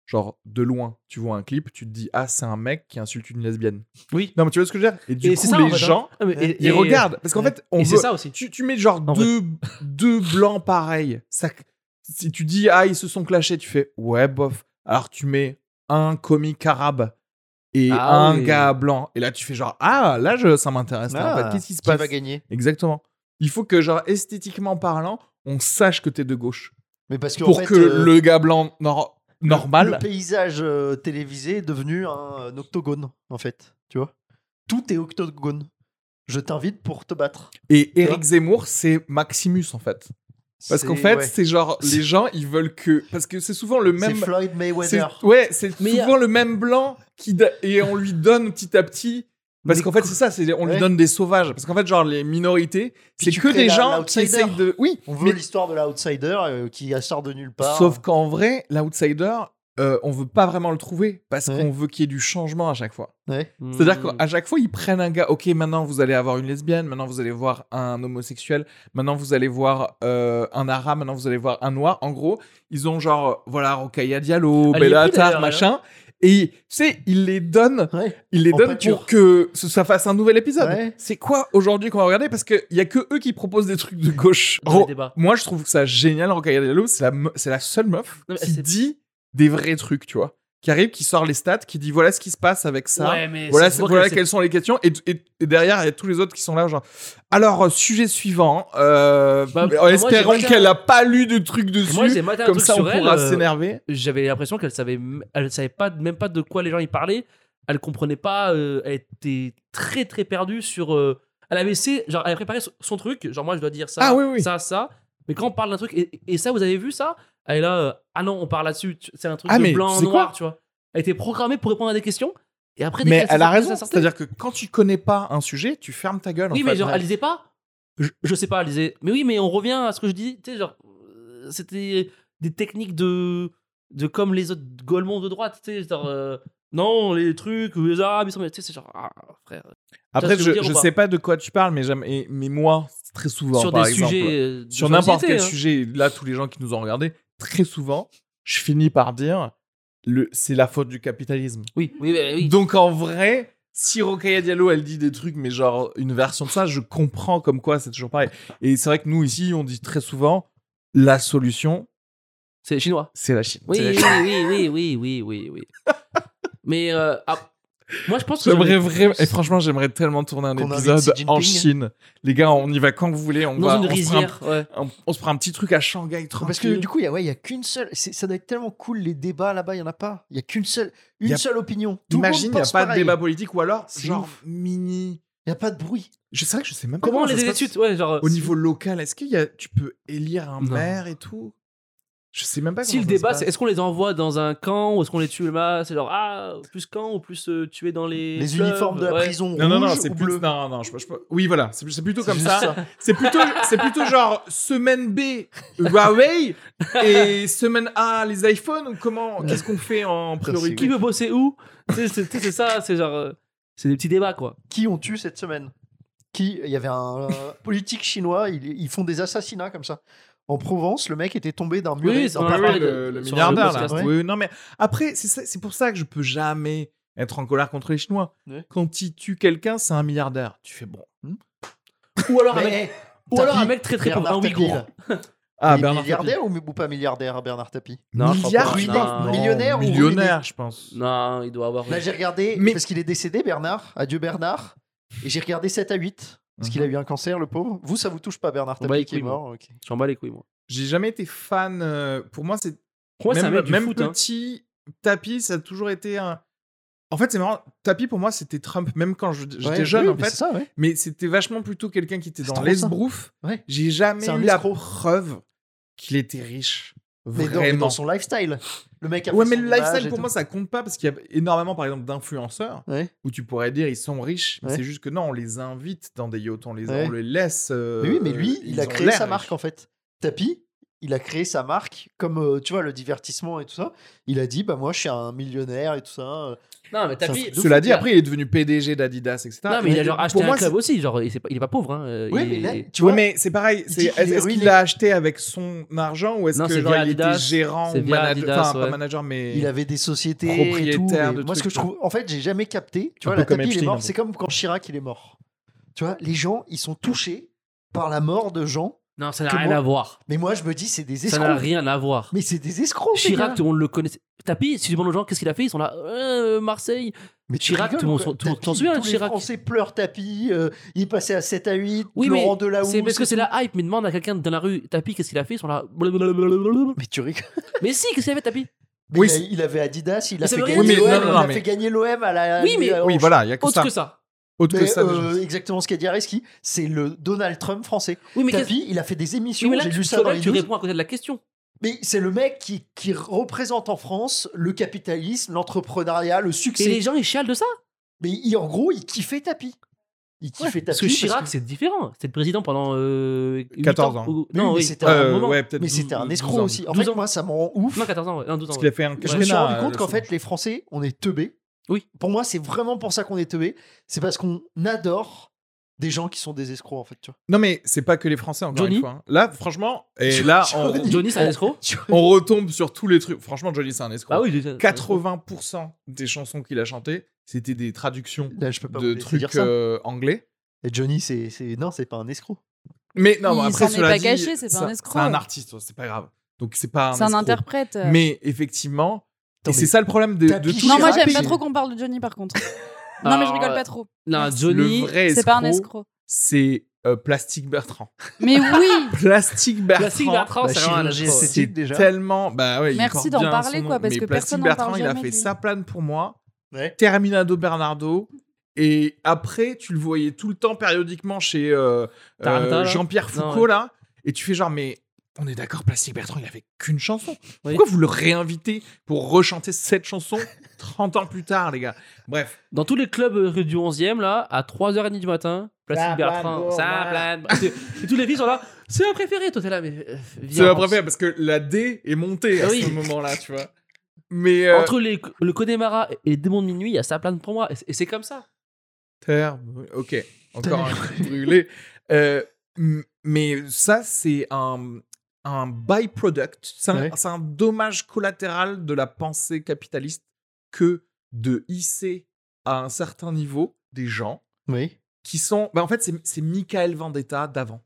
S1: genre de loin, tu vois un clip, tu te dis ah c'est un mec qui insulte une lesbienne.
S2: Oui.
S1: Non mais tu vois ce que je veux dire Et du
S2: Et
S1: coup
S2: c'est ça, en
S1: les
S2: fait, hein.
S1: gens,
S2: Ah, mais- et,
S1: ils
S2: et-
S1: regardent parce qu'en fait on
S2: et c'est
S1: veut.
S2: ça aussi.
S1: Tu, tu mets genre
S2: En
S1: deux, deux blancs pareils. Ça, si tu dis ah ils se sont clashés, tu fais ouais bof. Alors tu mets un comique arabe et
S2: Ah
S1: un
S2: oui.
S1: gars blanc. Et là tu fais genre ah là je, ça m'intéresse. là, en fait. Qu'est-ce qui se passe
S3: Ah, va gagner
S1: Exactement. Il faut que genre esthétiquement parlant, on sache que t'es de gauche
S3: Mais parce que en
S1: pour
S3: fait,
S1: que
S3: euh,
S1: le gars blanc nor- normal.
S3: Le paysage euh, télévisé est devenu un, un octogone, en fait. Tu vois Tout est octogone. Je t'invite pour te battre.
S1: Et
S3: Tu
S1: Eric
S3: vois
S1: Zemmour c'est Maximus en fait. Parce
S3: C'est-
S1: qu'en fait
S3: ouais.
S1: c'est genre les gens ils veulent que parce que c'est souvent le
S3: c'est
S1: même
S3: Floyd Mayweather.
S1: C'est- Ouais, c'est
S2: Mais y a-
S1: souvent le même blanc qui da- et on lui donne petit à petit. Parce
S2: Mais
S1: qu'en fait, c'est ça, c'est on lui
S3: Ouais.
S1: donne des sauvages. Parce qu'en fait, genre les minorités,
S3: Puis
S1: c'est
S3: tu
S1: que
S3: crées
S1: des
S3: la-
S1: gens qui
S3: l'outsider.
S1: essayent de. Oui,
S3: On veut
S1: mais-
S3: l'histoire de l'outsider euh, qui sort de nulle part.
S1: sauf qu'en vrai, l'outsider, euh, on veut pas vraiment le trouver parce
S3: Ouais.
S1: qu'on veut qu'il y ait du changement à chaque fois.
S3: Ouais.
S1: C'est-à-dire
S2: Hmm.
S1: qu'à chaque fois, ils prennent un gars. Ok, maintenant vous allez avoir une lesbienne, maintenant vous allez voir un homosexuel, maintenant vous allez voir euh, un arabe, maintenant vous allez voir un noir. En gros, ils ont genre euh, voilà Rokaya Diallo,
S2: Elle y est
S1: Bella
S2: plus,
S1: Attar,
S2: d'ailleurs,
S1: machin. Et tu sais, ils les donnent
S3: Ouais.
S1: il les
S3: En
S1: donne
S3: pâture.
S1: pour que ce- ça fasse un nouvel épisode.
S3: Ouais.
S1: C'est quoi aujourd'hui qu'on va regarder Parce qu'il y a que eux qui proposent des trucs de gauche.
S2: Dans les
S1: Ro-
S2: débats.
S1: Moi, je trouve ça génial, Rokaya Diallo. C'est la, me- c'est la seule meuf
S2: Non, mais
S1: qui
S2: c'est-
S1: dit des vrais trucs, tu vois. Qui arrive, qui sort les stats, qui dit voilà ce qui se passe avec ça.
S2: Ouais, mais
S1: Voilà,
S2: c'est-
S1: c'est-
S2: je vois
S1: voilà
S2: que
S1: quelles sont les questions. Et, et- et derrière, il y a tous les autres qui sont là, genre. Alors, euh, sujet suivant. euh,
S2: Bah,
S1: en
S2: moi, j'ai
S1: espérant
S2: maté un-
S1: qu'elle a pas lu de trucs
S2: c'est- Moi, j'ai
S1: dessus.
S2: maté un
S1: Comme
S2: truc
S1: ça, on
S2: sur elle,
S1: pourra
S2: euh,
S1: s'énerver.
S2: j'avais l'impression qu'elle savait elle savait pas même pas de quoi les gens y parlaient elle comprenait pas euh, elle était très très perdue sur euh, elle avait essayé genre elle avait préparé son- son truc genre moi je dois dire ça
S1: Ah oui, oui.
S2: ça ça mais quand on parle d'un truc et, et ça vous avez vu ça elle est là euh, ah non on parle là-dessus tu- c'est un truc
S1: Ah,
S2: de
S1: mais
S2: blanc
S1: tu sais
S2: noir
S1: quoi
S2: tu vois elle était programmée pour répondre à des questions et après dès
S1: Mais
S2: qu'elle s'est
S1: elle a
S2: sortie,
S1: raison.
S2: ça sortait.
S1: C'est-à-dire que quand tu connais pas un sujet, tu fermes ta gueule. en
S2: oui mais
S1: fait.
S2: genre
S1: Ouais.
S2: elle disait pas je, je sais pas elle disait mais oui mais on revient à ce que je dis tu sais genre euh, c'était des techniques de de comme les autres golemons de droite tu sais genre euh, non les trucs les arabes ils sont mais tu sais c'est genre ah, frère
S1: Après,
S2: Tu vois ce que je
S1: je,
S2: veux dire
S1: je
S2: ou pas
S1: sais pas de quoi tu parles, mais, j'aime- et- mais moi, très souvent,
S2: sur
S1: par
S2: des
S1: exemple,
S2: sujets euh, de
S1: sur n'importe
S2: société,
S1: quel
S2: hein.
S1: sujet, là, tous les gens qui nous ont regardés, très souvent, je finis par dire le, c'est la faute du capitalisme.
S2: oui oui bah, oui, oui.
S1: Donc, en vrai, si Rokaya Diallo, elle dit des trucs, mais genre une version de ça, je comprends comme quoi c'est toujours pareil. Et c'est vrai que nous, ici, on dit très souvent la solution,
S2: c'est chinois
S1: c'est la Chine.
S2: oui
S1: C'est la
S2: oui,
S1: Chine.
S2: oui oui oui oui oui oui mais euh, ah, moi je pense que
S1: J'aimerais
S2: j'aurais-
S1: vraiment, et franchement, j'aimerais tellement tourner un
S3: Qu'on invite
S1: épisode
S3: Xi
S1: en
S3: Jinping.
S1: Chine. Les gars, on y va quand vous voulez. On
S2: dans
S1: va,
S2: une
S1: on se prend un-
S2: rizière ouais.
S1: on, on se prend un petit truc à Shanghai tranquille.
S3: Parce que du coup, il n'y a, ouais, il y a qu'une seule. c'est- Ça doit être tellement cool, les débats là-bas, il n'y en a pas. Il n'y a qu'une seule,
S1: Y
S3: une
S1: a-
S3: seule opinion. Tout le monde
S1: imagine, il n'y a
S3: pense
S1: pas de
S3: pareil.
S1: débat politique ou alors
S3: C'est
S1: genre
S3: ouf.
S1: mini
S3: Il n'y a pas de bruit.
S1: Je sais que je sais même pas
S2: Comment on les
S1: ça se passe.
S2: études Ouais, genre.
S1: Au niveau local, est-ce qu'il y a, tu peux élire un
S2: Non.
S1: maire et tout Je sais même pas.
S2: Si
S1: comment
S2: le
S1: ça se
S2: débat,
S1: passe.
S2: c'est est-ce qu'on les envoie dans un camp ou est-ce qu'on les tue là C'est genre, ah, plus camp ou plus euh, tuer dans les.
S3: Les
S2: fleuves,
S3: uniformes de la
S2: ouais.
S3: prison.
S1: Non, non, non,
S3: rouge
S1: c'est
S3: ou
S1: plus.
S3: bleu.
S1: Non, non, je, je- oui, voilà, c'est c'est plutôt
S3: C'est
S1: comme
S3: juste
S1: ça. C'est plutôt, c'est plutôt genre semaine B Huawei et semaine A les iPhones ou comment Qu'est-ce qu'on fait en priorité
S2: Qui veut bosser où Tu sais, C'est tu sais, c'est ça, c'est genre. euh, C'est des petits débats, quoi.
S3: Qui ont tué cette semaine Qui Il y avait un euh, politique chinois, ils, ils font des assassinats comme ça. En Provence, le mec était tombé d'un muret.
S2: oui, ça,
S3: d'un
S2: on en a
S3: parapluie.
S2: parlé.
S1: le, le
S2: sur
S1: milliardaire
S2: le
S1: là.
S2: podcast,
S1: Oui, non mais après c'est ça- c'est pour ça que je peux jamais être en colère contre les Chinois.
S3: Ouais.
S1: Quand ils tuent quelqu'un, c'est un milliardaire. Tu fais bon.
S2: Ou alors, un,
S3: Mais,
S2: mec,
S3: hey,
S2: ou alors un
S3: Tapie,
S2: mec très très pauvre,
S3: Bernard
S2: un
S3: Tapie,
S2: Ouïghour.
S3: là.
S1: Ah
S3: Il est
S1: Bernard
S3: milliardaire ou, ou pas milliardaire, Bernard Tapie
S2: Non, je crois pas.
S1: milliardaire,
S2: Non,
S3: millionnaire ou
S1: millionnaire, je pense.
S2: Non, il doit avoir.
S3: Là, j'ai regardé,
S1: Mais-
S3: parce qu'il est décédé, Bernard. Adieu, Bernard. Et j'ai regardé 7 à 8, parce
S1: Mhm.
S3: qu'il a eu un cancer, le pauvre. Vous, ça vous touche pas, Bernard
S2: Bah,
S3: Tapie, qui est
S2: écoute, moi.
S3: mort. ok.
S2: J'en bats les couilles, moi.
S1: J'ai jamais été fan. euh, pour moi, c'est
S2: Pour moi, c'est un
S1: même,
S2: mec du
S1: même
S2: foot. hein.
S1: petit tapis, ça a toujours été un. En fait, c'est marrant. Tapis pour moi, c'était Trump, même quand je- j'étais
S3: Ouais,
S1: jeune,
S3: oui,
S1: en
S3: mais
S1: fait.
S3: c'est ça, ouais.
S1: Mais c'était vachement plutôt quelqu'un qui était
S3: C'est
S1: dans
S3: trop
S1: l'esbrouf.
S3: Ouais.
S1: J'ai jamais
S3: C'est un
S1: eu la
S3: escroc.
S1: preuve qu'il était riche.
S3: Mais dans-
S1: Vraiment.
S3: dans son lifestyle. Le mec a
S1: Ouais,
S3: fait
S1: mais
S3: son
S1: le
S3: image
S1: lifestyle
S3: et
S1: pour
S3: tout.
S1: moi ça compte pas parce qu'il y a énormément par exemple d'influenceurs
S3: Ouais.
S1: où tu pourrais dire ils sont riches, mais
S3: Ouais.
S1: c'est juste que non, on les invite dans des yachts, on les,
S3: Ouais.
S1: on les laisse. euh,
S3: Mais oui, mais lui,
S1: ils
S3: il a
S1: ont
S3: créé
S1: l'air
S3: sa
S1: riches.
S3: marque en fait. Tapi, il a créé sa marque comme euh, tu vois le divertissement et tout ça. Il a dit bah moi je suis un millionnaire et tout ça.
S2: Non, mais Tapi.
S3: C'est un-
S1: Cela dit, après il est devenu PDG d'Adidas, etc.
S2: Non, mais il a genre
S1: pour
S2: acheté un
S1: moi,
S2: club aussi. Genre, il c'est pas- il est pas pauvre. hein, euh,
S3: Ouais,
S2: il
S3: mais là,
S2: est-
S3: tu
S1: Oui,
S3: vois,
S1: mais c'est pareil.
S3: Il
S1: c'est-
S3: dit
S1: Est-ce
S3: qu'il est
S1: est-ce qu'il
S3: ruiné.
S1: l'a acheté avec son argent ou est-ce
S2: Non,
S1: que
S2: c'est
S1: genre,
S2: via
S1: il était
S2: Adidas,
S1: gérant
S2: c'est
S1: ou
S2: via
S1: manager,
S2: Adidas,
S1: enfin pas
S2: ouais.
S1: manager, mais
S3: il avait des sociétés et
S1: Propriétaire
S3: tout. et
S1: de
S3: moi ce
S1: trucs,
S3: que je
S1: quoi.
S3: trouve, en fait, j'ai jamais capté. Tu
S1: Un
S3: vois,
S1: peu
S3: la
S1: comme
S3: Tapi il est
S1: Epstein, en
S3: mort.
S1: fait.
S3: C'est comme quand Chirac il est mort. Tu vois, les gens ils sont touchés par la mort de gens.
S2: Non, ça n'a
S3: que
S2: rien
S3: moi-
S2: à voir.
S3: Mais moi je me dis c'est des
S2: Ça n'a
S3: escrocs.
S2: rien à voir.
S3: Mais c'est des escrocs. ces
S2: Chirac,
S3: gars.
S2: tout le monde le connaissait. Tapi, si tu demandes aux gens qu'est-ce qu'il a fait, ils sont là. Euh, Marseille.
S3: Mais tu
S2: Chirac,
S3: rigoles,
S2: tout le monde
S3: quoi.
S2: s'en- tout le monde
S3: Tapie,
S2: s'en souvient,
S3: Tous les
S2: Chirac.
S3: Français pleurent Tapi. il est passé à 7 à 8.
S2: Oui, mais
S3: Laurent Delahousse.
S2: C'est parce que c'est la hype, mais demande à quelqu'un dans la rue, Tapi, qu'est-ce qu'il a fait Ils sont là. blablabla.
S3: Mais tu rigoles.
S2: Mais si, qu'est-ce qu'il a fait, Tapi
S3: Mais
S1: Oui,
S3: il, a-
S1: c'est-
S3: il avait Adidas, il
S2: Mais
S3: a,
S2: ça
S3: fait
S2: veut rien
S3: gagner,
S2: dire.
S3: l'OM,
S1: Oui, mais non, non,
S3: il a
S1: mais-
S3: fait gagner l'OM à la.
S2: Oui, mais-
S3: à
S1: oui,
S3: Orange.
S1: voilà, il y a que
S2: Autre
S1: ça.
S2: que ça.
S1: Autre que
S3: Mais,
S1: ça.
S3: euh,
S1: déjà.
S3: exactement ce qu'a dit Reski, c'est le Donald Trump français.
S2: Oui, mais qu'est-ce-
S3: Tapi, il a fait des
S2: Oui,
S3: émissions,
S2: mais là,
S3: j'ai
S2: tu,
S3: lu ça
S2: tu-
S3: dans
S2: là,
S3: les
S2: tu
S3: news.
S2: réponds à côté de la question.
S3: Mais c'est le mec qui, qui représente en France le capitalisme, l'entrepreneuriat, le
S2: Et
S3: succès.
S2: les gens, ils chialent de ça.
S3: Mais il- en gros, il kiffait Tapi. Il kiffait Tapi.
S2: Parce que Chirac, c'est différent. C'était le président pendant euh, huit
S1: 14 ans.
S2: ou-
S3: Oui,
S2: Non,
S3: mais
S2: oui.
S3: c'était
S2: à un
S1: Euh,
S2: moment.
S1: ouais, peut-être
S3: Mais c'était un
S1: 12
S3: escroc
S1: ans.
S3: aussi. En
S2: 12
S3: fait,
S2: ans.
S3: moi, ça me rend ouf.
S2: Non, 14 ans, ouais. Non, 12 ans.
S1: Parce qu'il
S2: ouais.
S1: a fait un
S3: Je me suis
S1: quinquennat,
S3: rendu compte
S1: euh,
S3: qu'en
S1: c'est-
S3: fait, les Français, on est teubés.
S2: Oui.
S3: Pour moi, c'est vraiment pour ça qu'on est teubés. C'est parce qu'on adore des gens qui sont des escrocs, en fait. Tu vois.
S1: Non, mais c'est pas que les Français, encore
S2: Johnny
S1: une fois. hein. Là, franchement, et là, on,
S3: Johnny.
S2: Johnny, c'est un escroc
S1: on retombe sur tous les trucs. Franchement, Johnny, c'est un escroc.
S2: Bah oui, Johnny, c'est un escroc.
S1: 80% des chansons qu'il a chantées, c'était des traductions
S3: Là, je peux pas vous
S1: de
S3: laisser
S1: trucs
S3: Bah, dire ça.
S1: euh, anglais.
S3: Et Johnny, c'est, c'est- non, c'est pas un escroc.
S1: Mais non,
S4: Il
S1: bon, après,
S4: s'en est
S1: cela
S4: pas
S1: dit,
S4: caché, c'est pas
S1: ça-
S4: un escroc.
S1: C'est un artiste, ouais, c'est pas grave. Donc, c'est pas un
S4: C'est un
S1: escroc.
S4: interprète.
S1: Mais effectivement, et
S3: Attends,
S1: c'est
S3: mais-
S1: ça le problème de, de
S3: Tapis
S1: tous
S4: Euh, Non,
S1: les
S4: moi
S1: rappeurs.
S4: j'aime pas trop qu'on parle de Johnny par contre. non, mais je
S1: Ah,
S2: Alors,
S4: rigole
S2: euh,
S4: pas trop.
S2: Non,
S1: Le
S2: Johnny.
S1: vrai
S4: C'est pas un
S1: escroc,
S4: escroc.
S1: c'est euh, Plastic Bertrand.
S4: Mais oui
S1: Plastic Bertrand.
S2: Classique Bertrand,
S3: Bah,
S2: c'est vraiment un
S3: chirurgie
S2: escroc.
S3: esthétique.
S1: C'est
S3: déjà.
S1: tellement. Bah ouais, il
S4: Merci
S1: porte
S4: d'en
S1: bien
S4: parler,
S1: son nom,
S4: quoi, parce
S1: mais
S4: que
S1: Plastic
S4: personne n'en
S1: Bertrand,
S4: parle
S1: il a
S4: jamais
S1: fait
S4: de lui.
S1: sa plane pour moi.
S3: Ouais.
S1: Terminado Bernardo. Et après, tu le voyais tout le temps périodiquement chez euh,
S2: Taranta,
S1: euh,
S2: là
S1: Jean-Pierre
S2: Non,
S1: Foucault,
S2: ouais.
S1: là. Et tu fais genre, mais on est d'accord, Plastic Bertrand, il avait qu'une chanson.
S2: Oui.
S1: Pourquoi vous le réinvitez pour rechanter cette chanson 30 ans plus tard, les gars Bref.
S2: Dans tous les clubs euh, du 11e, là, à 3h30 du matin,
S1: Ça
S2: Plastique
S1: plane,
S2: Bertrand,
S1: bon,
S2: ça
S1: voilà.
S2: plane. Et tous les filles sont là, c'est ma préférée, toi, t'es là, mais. euh, viens,
S1: C'est ma
S2: on-
S1: préférée parce que la D est montée à
S2: Oui.
S1: ce moment-là, tu vois. Mais. euh,
S2: Entre les, le Connemara et les démons de minuit, il y a ça plane pour moi. Et c'est- Et c'est comme ça.
S1: Terre brûlée. Ok, encore un truc brûlé. Euh, m- mais ça, c'est un, un byproduct. C'est un,
S3: Ouais.
S1: c'est un dommage collatéral de la pensée capitaliste que de hisser à un certain niveau des gens
S3: Oui.
S1: qui sont. bah, en fait, c'est- c'est Michael Vendetta d'avant.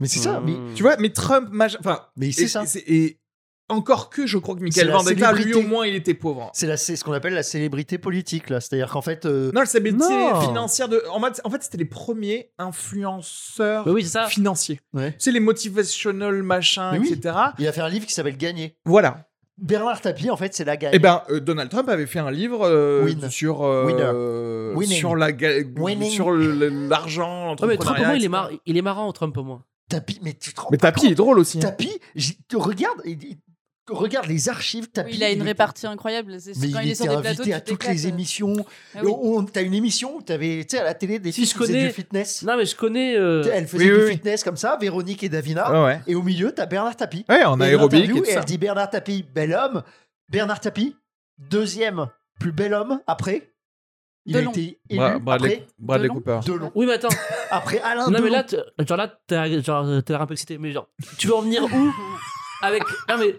S3: Mais c'est ça.
S2: Mmh.
S3: Mais,
S1: Tu vois, mais Trump. maj- Enfin,
S3: mais
S1: et-
S3: c'est Hmm. ça.
S1: et c'est- Et encore que je crois que
S3: C'est
S1: Michael
S3: la
S1: Vendetta, lui,
S3: célébrité.
S1: au moins, il était pauvre. hein.
S3: C'est, la, c'est ce qu'on appelle la célébrité politique, là. C'est-à-dire qu'en fait, euh,
S1: Non, c'est
S3: Non.
S1: financière de. En, mode- en fait, c'était les premiers influenceurs
S2: Bah oui, c'est ça.
S1: financiers.
S3: ouais.
S1: C'est les motivational machins,
S3: Mais oui.
S1: etc.
S3: il a fait un livre qui s'appelle Gagner.
S1: Voilà.
S3: Bernard Tapie, en fait, c'est la guerre.
S1: Eh ben, euh, Donald Trump avait fait un livre euh,
S3: Win.
S1: sur euh,
S3: Winner.
S1: sur la ga-
S3: Winning.
S1: sur le- l'argent.
S2: Ouais, Ah, mais Trump, au
S1: l'entrepreneuriat,
S2: moins, il est,
S1: etc.
S2: mar- il est marrant, Trump, au moins.
S3: Tapie, mais tu te rends
S1: Mais
S3: pas
S1: Tapi est drôle aussi. hein.
S3: compte. Tapie, j'y- te regarde, il- il- regarde les archives. Tapie,
S4: Oui, il a une
S3: est-
S4: répartie incroyable. C'est
S3: Mais
S4: quand
S3: il
S4: il est sur
S3: était
S4: des plateaux,
S3: invité
S4: tu
S3: à toutes
S4: t'éclates.
S3: les Oh, émissions.
S4: Ah oui.
S3: On- on- T'as une émission où t'avais, tu sais, à la télé des
S2: Si je
S3: filles qui faisaient
S2: connais-
S3: du fitness.
S2: Non, mais je connais. euh,
S3: Elle faisait
S1: Oui, Ah.
S3: du
S1: oui, oui.
S3: fitness comme ça, Véronique et Davina.
S1: Ouais, ouais.
S3: Et au milieu, t'as Bernard Tapie.
S1: Ouais, en
S3: Et elle
S1: aérobic
S3: l'interviewe
S1: et tout
S3: et
S1: ça.
S3: elle dit Bernard Tapie, bel homme. Bernard Tapie, deuxième plus bel homme après. Il a
S4: Delon.
S3: été élu
S1: Bra- Bradley,
S3: après
S1: Bradley
S4: Delon.
S1: Cooper.
S3: Delon.
S2: Oui, mais attends.
S3: Après Alain
S2: non,
S3: Delon.
S2: mais là, t- genre là, t'as genre, euh, t'as l'air un peu excité. Mais genre, tu veux en venir où Avec. Non, mais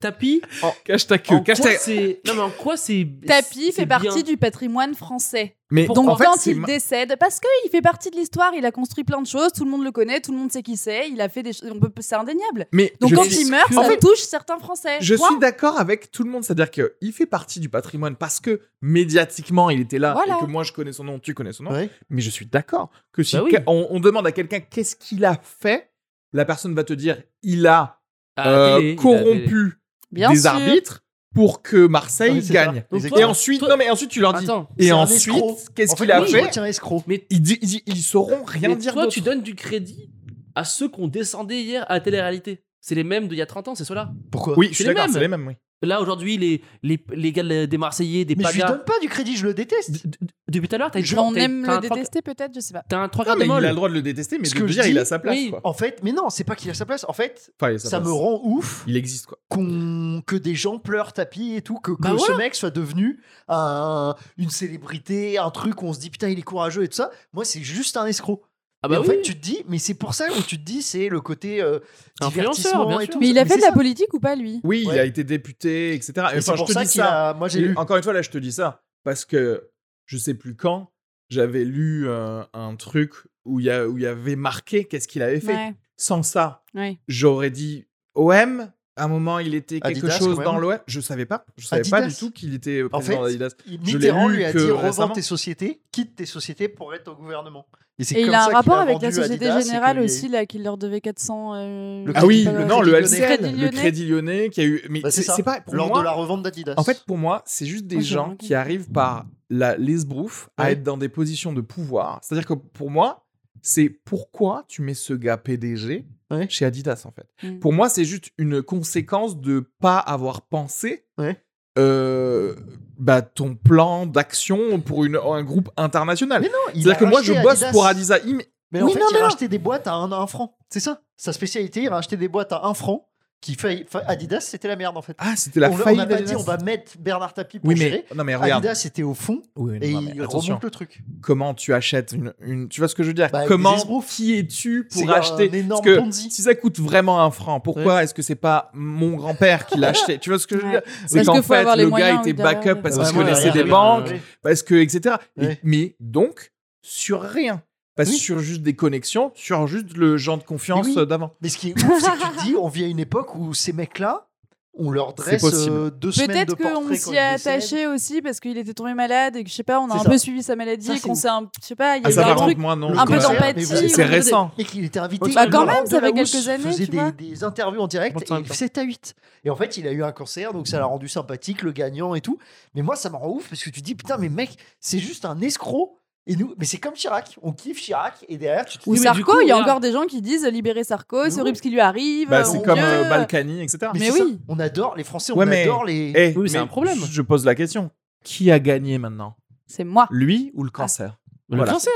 S2: Tapi.
S1: Cache ta
S2: En
S1: queue,
S2: quoi
S1: cache ta.
S2: c'est. Non, mais en quoi c'est.
S4: Tapie
S2: c'est
S4: fait
S2: bien
S4: partie du patrimoine français.
S1: Mais
S4: Donc
S1: en fait,
S4: quand
S1: c'est
S4: il
S1: ma-
S4: décède, parce qu'il fait partie de l'histoire, il a construit plein de choses, tout le monde le connaît, tout le monde sait qui c'est, il a fait des choses, on peut- c'est indéniable.
S1: mais
S4: Donc
S1: je
S4: quand
S1: suis-
S4: il meurt,
S1: En
S4: ça
S1: fait,
S4: touche certains Français.
S1: Je
S4: Point.
S1: suis d'accord avec tout le monde, c'est-à-dire qu'il fait partie du patrimoine parce que médiatiquement il était là
S4: Voilà.
S1: et que moi je connais son nom, tu connais son nom.
S3: Ouais.
S1: Mais je suis d'accord que si
S2: Bah oui.
S1: que- on, on demande à quelqu'un qu'est-ce qu'il a fait, la personne va te dire il a
S2: à Ah, la
S1: euh,
S2: télé, il a-
S1: corrompu
S4: Bien
S1: des
S4: sûr.
S1: arbitres pour que Marseille
S3: Ouais, c'est ça.
S1: gagne.
S3: Les
S2: Donc,
S3: écoles.
S2: toi-
S1: Et ensuite,
S2: toi-
S1: non mais ensuite tu leur dis.
S2: Attends.
S1: et
S3: C'est un
S1: ensuite,
S3: escroc.
S1: qu'est-ce
S3: En fait,
S1: qu'il a
S3: oui,
S1: fait
S3: il retient escroc.
S1: ils, di- ils- ils sauront rien
S2: Mais
S1: dire
S2: toi,
S1: d'autre.
S2: tu donnes du crédit à ceux qu'on descendait hier à la télé-réalité. C'est les mêmes d'il y a 30 ans, c'est ceux-là.
S3: Pourquoi
S1: Oui, je suis
S2: les
S1: d'accord,
S2: mêmes.
S1: c'est les mêmes. Oui.
S2: Là, aujourd'hui, les, les, les gars de la- des Marseillais, des
S3: Mais je lui
S2: Pagas.
S3: donne pas du crédit, je le déteste.
S2: D- d- Depuis tout à l'heure, t'as une
S4: Je-
S2: trois-
S4: on
S2: t'as-
S4: aime
S2: t'as
S4: le
S2: un trois-
S4: détester peut-être, je sais pas.
S2: T'as un 3
S1: Non,
S2: quarts
S1: mais
S2: de
S1: il a
S2: molle.
S1: le droit de le détester, mais
S3: Ce
S1: de
S3: que
S1: le
S3: je
S1: dire il a
S3: dis-
S1: sa place.
S2: oui.
S1: quoi.
S3: En fait, mais non, c'est pas qu'il a sa place. En fait,
S1: Enfin, il a sa
S3: ça me
S1: place.
S3: rend ouf
S1: Il existe quoi.
S3: qu'on- que des gens pleurent tapis et tout, que, que
S2: Bah
S3: ce
S2: voilà.
S3: mec soit devenu un- une célébrité, un truc où on se dit putain, il est courageux et tout ça. Moi, c'est juste un escroc.
S2: Ah
S3: et
S2: bah
S3: en
S2: oui,
S3: fait, tu te dis, mais c'est pour ça où tu te dis, c'est le côté euh,
S2: Influenceur,
S3: divertissement
S2: bien
S3: et
S2: sûr.
S3: tout.
S4: Mais il a fait
S3: c'est
S4: de la
S3: ça.
S4: politique ou pas lui
S1: Oui,
S3: Ouais.
S1: il a été député, etc.
S3: Et
S1: Ah, Enfin,
S3: c'est pour
S1: je te
S3: ça
S1: dis
S3: qu'il
S1: ça.
S3: a. Moi, j'ai
S1: Et ah,
S3: lu.
S1: Encore une fois, là, je te dis ça parce que je sais plus quand j'avais lu euh, un truc où il y, a- où il y avait marqué qu'est-ce qu'il avait fait.
S4: Ouais,
S1: Sans ça,
S4: ouais.
S1: j'aurais dit OM. À un moment, il était quelque
S3: Adidas,
S1: chose
S3: quand
S1: dans
S3: même.
S1: l'OM. Je savais pas. Je savais pas
S3: Adidas.
S1: du tout qu'il était
S3: En
S1: président
S3: fait,
S1: d'Adidas. Je l'ai
S3: Mitterrand
S1: lu
S3: lui a
S1: que
S3: dit revends
S1: récemment.
S3: tes sociétés, quitte tes sociétés pour être au gouvernement. c'est
S4: Et il
S3: comme
S4: a
S3: ça
S4: un
S3: qu'il
S4: rapport avec
S3: vendu
S4: la Société
S3: Adidas et
S4: Générale
S3: qu'il est-
S4: aussi, là, qui leur devait 400. euh,
S3: Le
S1: Ah oui,
S4: euh,
S1: le- non, le
S3: Crédit
S1: LCL,
S4: Lyonnais.
S1: le Crédit Lyonnais qui a eu. Mais
S3: Bah,
S1: c'est
S3: c'est ça.
S1: c'est pas pour
S3: Lors
S1: moi.
S3: de la revente d'Adidas.
S1: En fait, pour moi, c'est juste des
S4: Moi, j'ai
S1: gens
S4: remarqué.
S1: qui arrivent par la l'esbrouf à
S3: Ouais.
S1: être dans des positions de pouvoir. C'est-à-dire que pour moi, c'est pourquoi tu mets ce gars PDG
S3: Ouais.
S1: chez Adidas, en fait.
S4: Mm.
S1: Pour moi, c'est juste une conséquence de pas avoir pensé
S3: Ouais.
S1: euh, bah, ton plan d'action pour une, un groupe international.
S3: Mais non, il a
S1: C'est-à-dire que moi, je
S3: racheté
S1: bosse
S3: Adidas.
S1: pour Adidas. Il m-
S3: Mais
S1: Oui,
S3: en fait,
S1: non, mais
S3: il
S1: non.
S3: rachetait des boîtes à un, un franc. C'est ça. Sa spécialité, il rachetait des boîtes à un franc. Qui fait, fa- Adidas, c'était la merde en fait.
S1: Ah, c'était la
S3: on on
S1: faillite
S3: n'a pas
S1: d'Adidas.
S3: dit on va mettre Bernard Tapie pour
S1: Oui, mais,
S3: gérer.
S1: non, mais regarde.
S3: Adidas était au fond
S1: Oui,
S3: et
S1: non, mais
S3: il
S1: attention.
S3: remonte le truc.
S1: comment tu achètes une, une- tu vois ce que je veux dire
S3: Bah, avec des
S1: comment
S3: esbroufs.
S1: qui es-tu
S3: C'est
S1: pour acheter
S3: un énorme
S1: parce que
S3: Ponzi.
S1: si ça coûte vraiment un franc pourquoi est-ce que c'est pas mon grand-père qui l'a acheté tu vois ce que je veux dire
S4: Ouais.
S1: c'est
S4: Parce
S1: qu'en
S4: que faut
S1: fait
S4: avoir les
S1: le
S4: moyens,
S1: gars était
S4: oui, d'avoir-
S1: backup parce
S2: Bah,
S1: qu'il
S2: moi,
S1: connaissait
S2: derrière,
S1: des
S2: euh,
S1: banques
S2: ouais.
S1: parce que etc Et-
S3: Ouais.
S1: mais donc sur rien pas
S3: Oui.
S1: sur juste des connexions sur juste le genre de confiance
S3: Mais oui.
S1: euh, d'avant
S3: Mais ce qui est ouf, c'est que tu te dis, on vit à une époque où ces mecs-là, on leur
S1: C'est
S3: dresse
S1: possible.
S3: euh, deux semaines de
S4: Peut-être
S3: portrait
S4: qu'on
S3: quand
S4: s'y
S3: ils
S4: est
S3: décèdent.
S4: attaché aussi parce qu'il était tombé malade et que je sais pas, on a
S3: C'est
S4: un
S3: ça.
S4: peu suivi sa maladie
S3: Ça,
S4: et
S3: c'est
S4: qu'on
S3: ouf.
S4: s'est un, je sais pas, il y
S1: ah,
S4: a eu
S1: ça
S4: un
S1: par
S4: truc.
S1: contre moi non
S3: le
S4: un peu
S1: comme ça.
S3: concert,
S4: d'empathie,
S3: mais vous-
S4: ou-
S1: euh, c'est récent
S3: Et qu'il était invité.
S2: Bah, quand
S3: Laurent
S4: même, ça fait
S3: Delahousse
S4: quelques années,
S3: faisait
S4: tu
S3: des,
S4: vois.
S3: des interviews en direct
S2: Bon,
S3: et il 7 à 8. Et en fait, il a eu un cancer, donc ça l'a rendu sympathique, le gagnant et tout. Mais moi, ça me rend ouf parce que tu te dis, putain, mais mec, c'est juste un escroc. Et nous, mais c'est comme Chirac, on kiffe Chirac et derrière, tu te dis,
S4: Ou
S2: Oui, mais du
S4: Sarko,
S2: coup,
S4: il y a
S2: regarde.
S4: encore des gens qui disent euh, libérer Sarko, c'est
S3: Oui.
S4: horrible ce qui lui arrive.
S1: Bah,
S4: euh,
S1: c'est
S4: mon
S1: comme
S4: Dieu.
S1: euh, Balkani etc
S4: Mais
S3: c'est
S4: oui.
S3: ça, on adore les Français, on
S1: Ouais, mais-
S3: adore les.
S1: Eh,
S2: Oui, c'est
S1: mais
S2: un problème.
S1: je pose la question qui a gagné maintenant
S4: C'est moi.
S1: lui ou le cancer
S2: Le
S1: Voilà.
S2: cancer.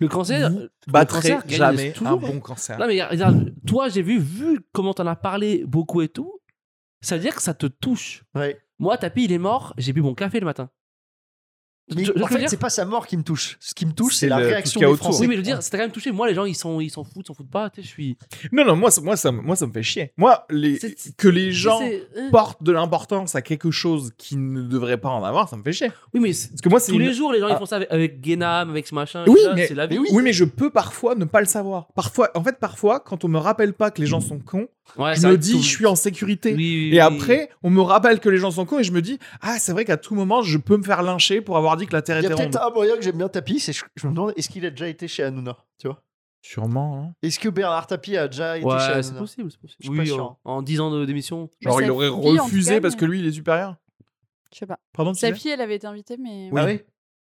S2: Le cancer.
S1: Vous
S2: euh, le
S1: battrez
S2: cancer gagne
S1: jamais un
S2: toujours.
S1: bon cancer.
S2: Non, mais regarde, toi, j'ai vu, vu comment t'en as parlé beaucoup et tout, ça veut dire que ça te touche.
S3: Ouais.
S2: Moi, Tapi, il est mort, j'ai bu mon café le matin.
S3: Mais
S2: Je- je
S3: en
S2: veux
S3: fait,
S2: dire-
S3: c'est pas sa mort qui me touche. Ce qui me touche,
S1: C'est
S3: c'est la
S1: le-
S3: réaction
S1: tout ce qu'il y a
S3: des
S1: autour.
S3: Français.
S2: Oui, mais je veux dire, c'est quand même touché. Moi, les gens, ils s'en ils s'en foutent, ils s'en foutent pas. Tu sais, je suis.
S1: Non, non, moi, ça- moi, ça, me- moi, ça me fait chier. Moi, les,
S2: C'est-
S1: que les gens
S2: C'est- euh,
S1: portent de l'importance à quelque chose qui ne devrait pas en avoir, ça me fait chier.
S2: Oui, mais c'est-
S1: Parce que moi, c'est
S2: tous
S1: une-
S2: les jours, les gens,
S1: Ah.
S2: ils font ça avec, avec Guénam, avec ce machin.
S1: Oui,
S2: et ça,
S1: mais-
S2: c'est la
S3: mais
S2: vie.
S3: oui.
S1: Oui, mais je peux parfois ne pas le savoir. Parfois, en fait, parfois, quand on me rappelle pas que les gens sont cons, je
S2: Ouais, Ah, ça
S1: me
S2: va
S1: dis,
S2: tout-
S1: je suis en sécurité.
S2: Oui, oui, oui.
S1: Et après, on me rappelle que les gens sont cons et je me dis, ah, c'est vrai qu'à tout moment, je peux me faire lyncher pour avoir dit que la Terre
S3: Il y a
S1: était
S3: peut-être
S1: ronde.
S3: un moyen que j'aime bien Tapi, c'est je, je me demande est-ce qu'il a déjà été chez Hanouna, tu vois
S1: Sûrement, hein. non
S3: Est-ce que Bernard Tapie a déjà été chez
S2: Ouais,
S3: Hanouna
S2: c'est possible, c'est possible.
S3: Je suis pas
S2: oui,
S3: sûr.
S2: en, en 10 ans de- d'émission.
S1: Genre,
S4: Mais
S1: il
S4: sa
S1: aurait
S4: fille, en tout
S1: refusé
S4: cas,
S1: parce
S4: mais-
S1: que lui, il est supérieur
S4: Je sais pas.
S1: Pardon, tu
S4: Sa
S1: disais
S4: fille, elle avait été invitée, mais
S1: Oui.
S3: Ah oui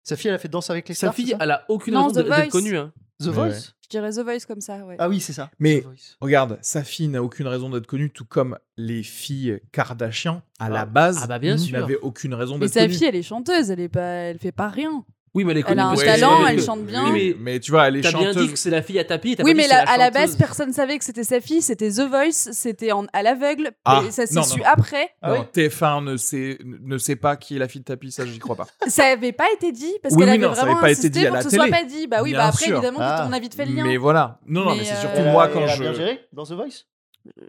S3: Sa fille, elle a fait Danse avec les
S2: Sa
S3: stars.
S2: fille,
S3: c'est ça
S2: elle a aucune
S4: Non,
S2: raison
S4: The
S2: de- d'être
S4: Voice.
S2: connue. hein.
S3: The
S1: Mais
S3: Voice
S1: ouais.
S4: je dirais The Voice comme ça, ouais.
S3: Ah oui, c'est ça.
S1: Mais-
S3: The Voice.
S1: Regarde, sa fille n'a aucune raison d'être connue, tout comme les filles Kardashian, à la base,
S2: ah bah bien sûr.
S1: n'avaient aucune raison
S4: mais
S1: d'être
S4: sa
S1: connues.
S4: fille, elle est chanteuse, elle est pas, elle fait pas rien.
S2: Oui, mais elle est
S4: Elle
S2: connue.
S4: a un
S2: parce que-
S4: talent,
S2: mais
S4: elle
S2: que-
S4: chante
S1: Oui,
S4: bien.
S1: mais, mais tu vois, elle est
S2: T'as bien
S1: chanteuse.
S2: dit que c'est la fille à tapis. t'as
S4: Oui,
S2: pas dit
S4: mais
S2: que c'est
S4: la- à la
S2: chanteuse.
S4: base, personne savait que c'était sa fille, c'était The Voice, c'était en- à l'aveugle,
S1: Ah,
S4: et ça s'est
S1: non,
S4: su
S1: non.
S4: après.
S3: Ah
S1: non,
S3: oui
S1: TF1 ne sait, ne sait pas qui est la fille de tapis, ça j'y crois pas.
S4: Ça avait pas été dit, parce
S1: Oui,
S4: qu'elle
S1: oui,
S4: avait
S1: non, ça
S4: vraiment
S1: avait pas été
S4: insisté
S1: dit à
S4: pour
S1: la
S4: que ce soit
S1: télé.
S4: pas dit. Bah oui,
S1: Bien
S4: bah après,
S1: sûr.
S4: évidemment,
S3: Ah.
S4: on a vite fait le lien.
S1: mais voilà. Non, non, mais,
S4: Mais,
S1: c'est
S4: euh,
S1: surtout
S3: Elle a-
S1: moi quand
S3: elle a
S1: je.
S3: bien géré dans The Voice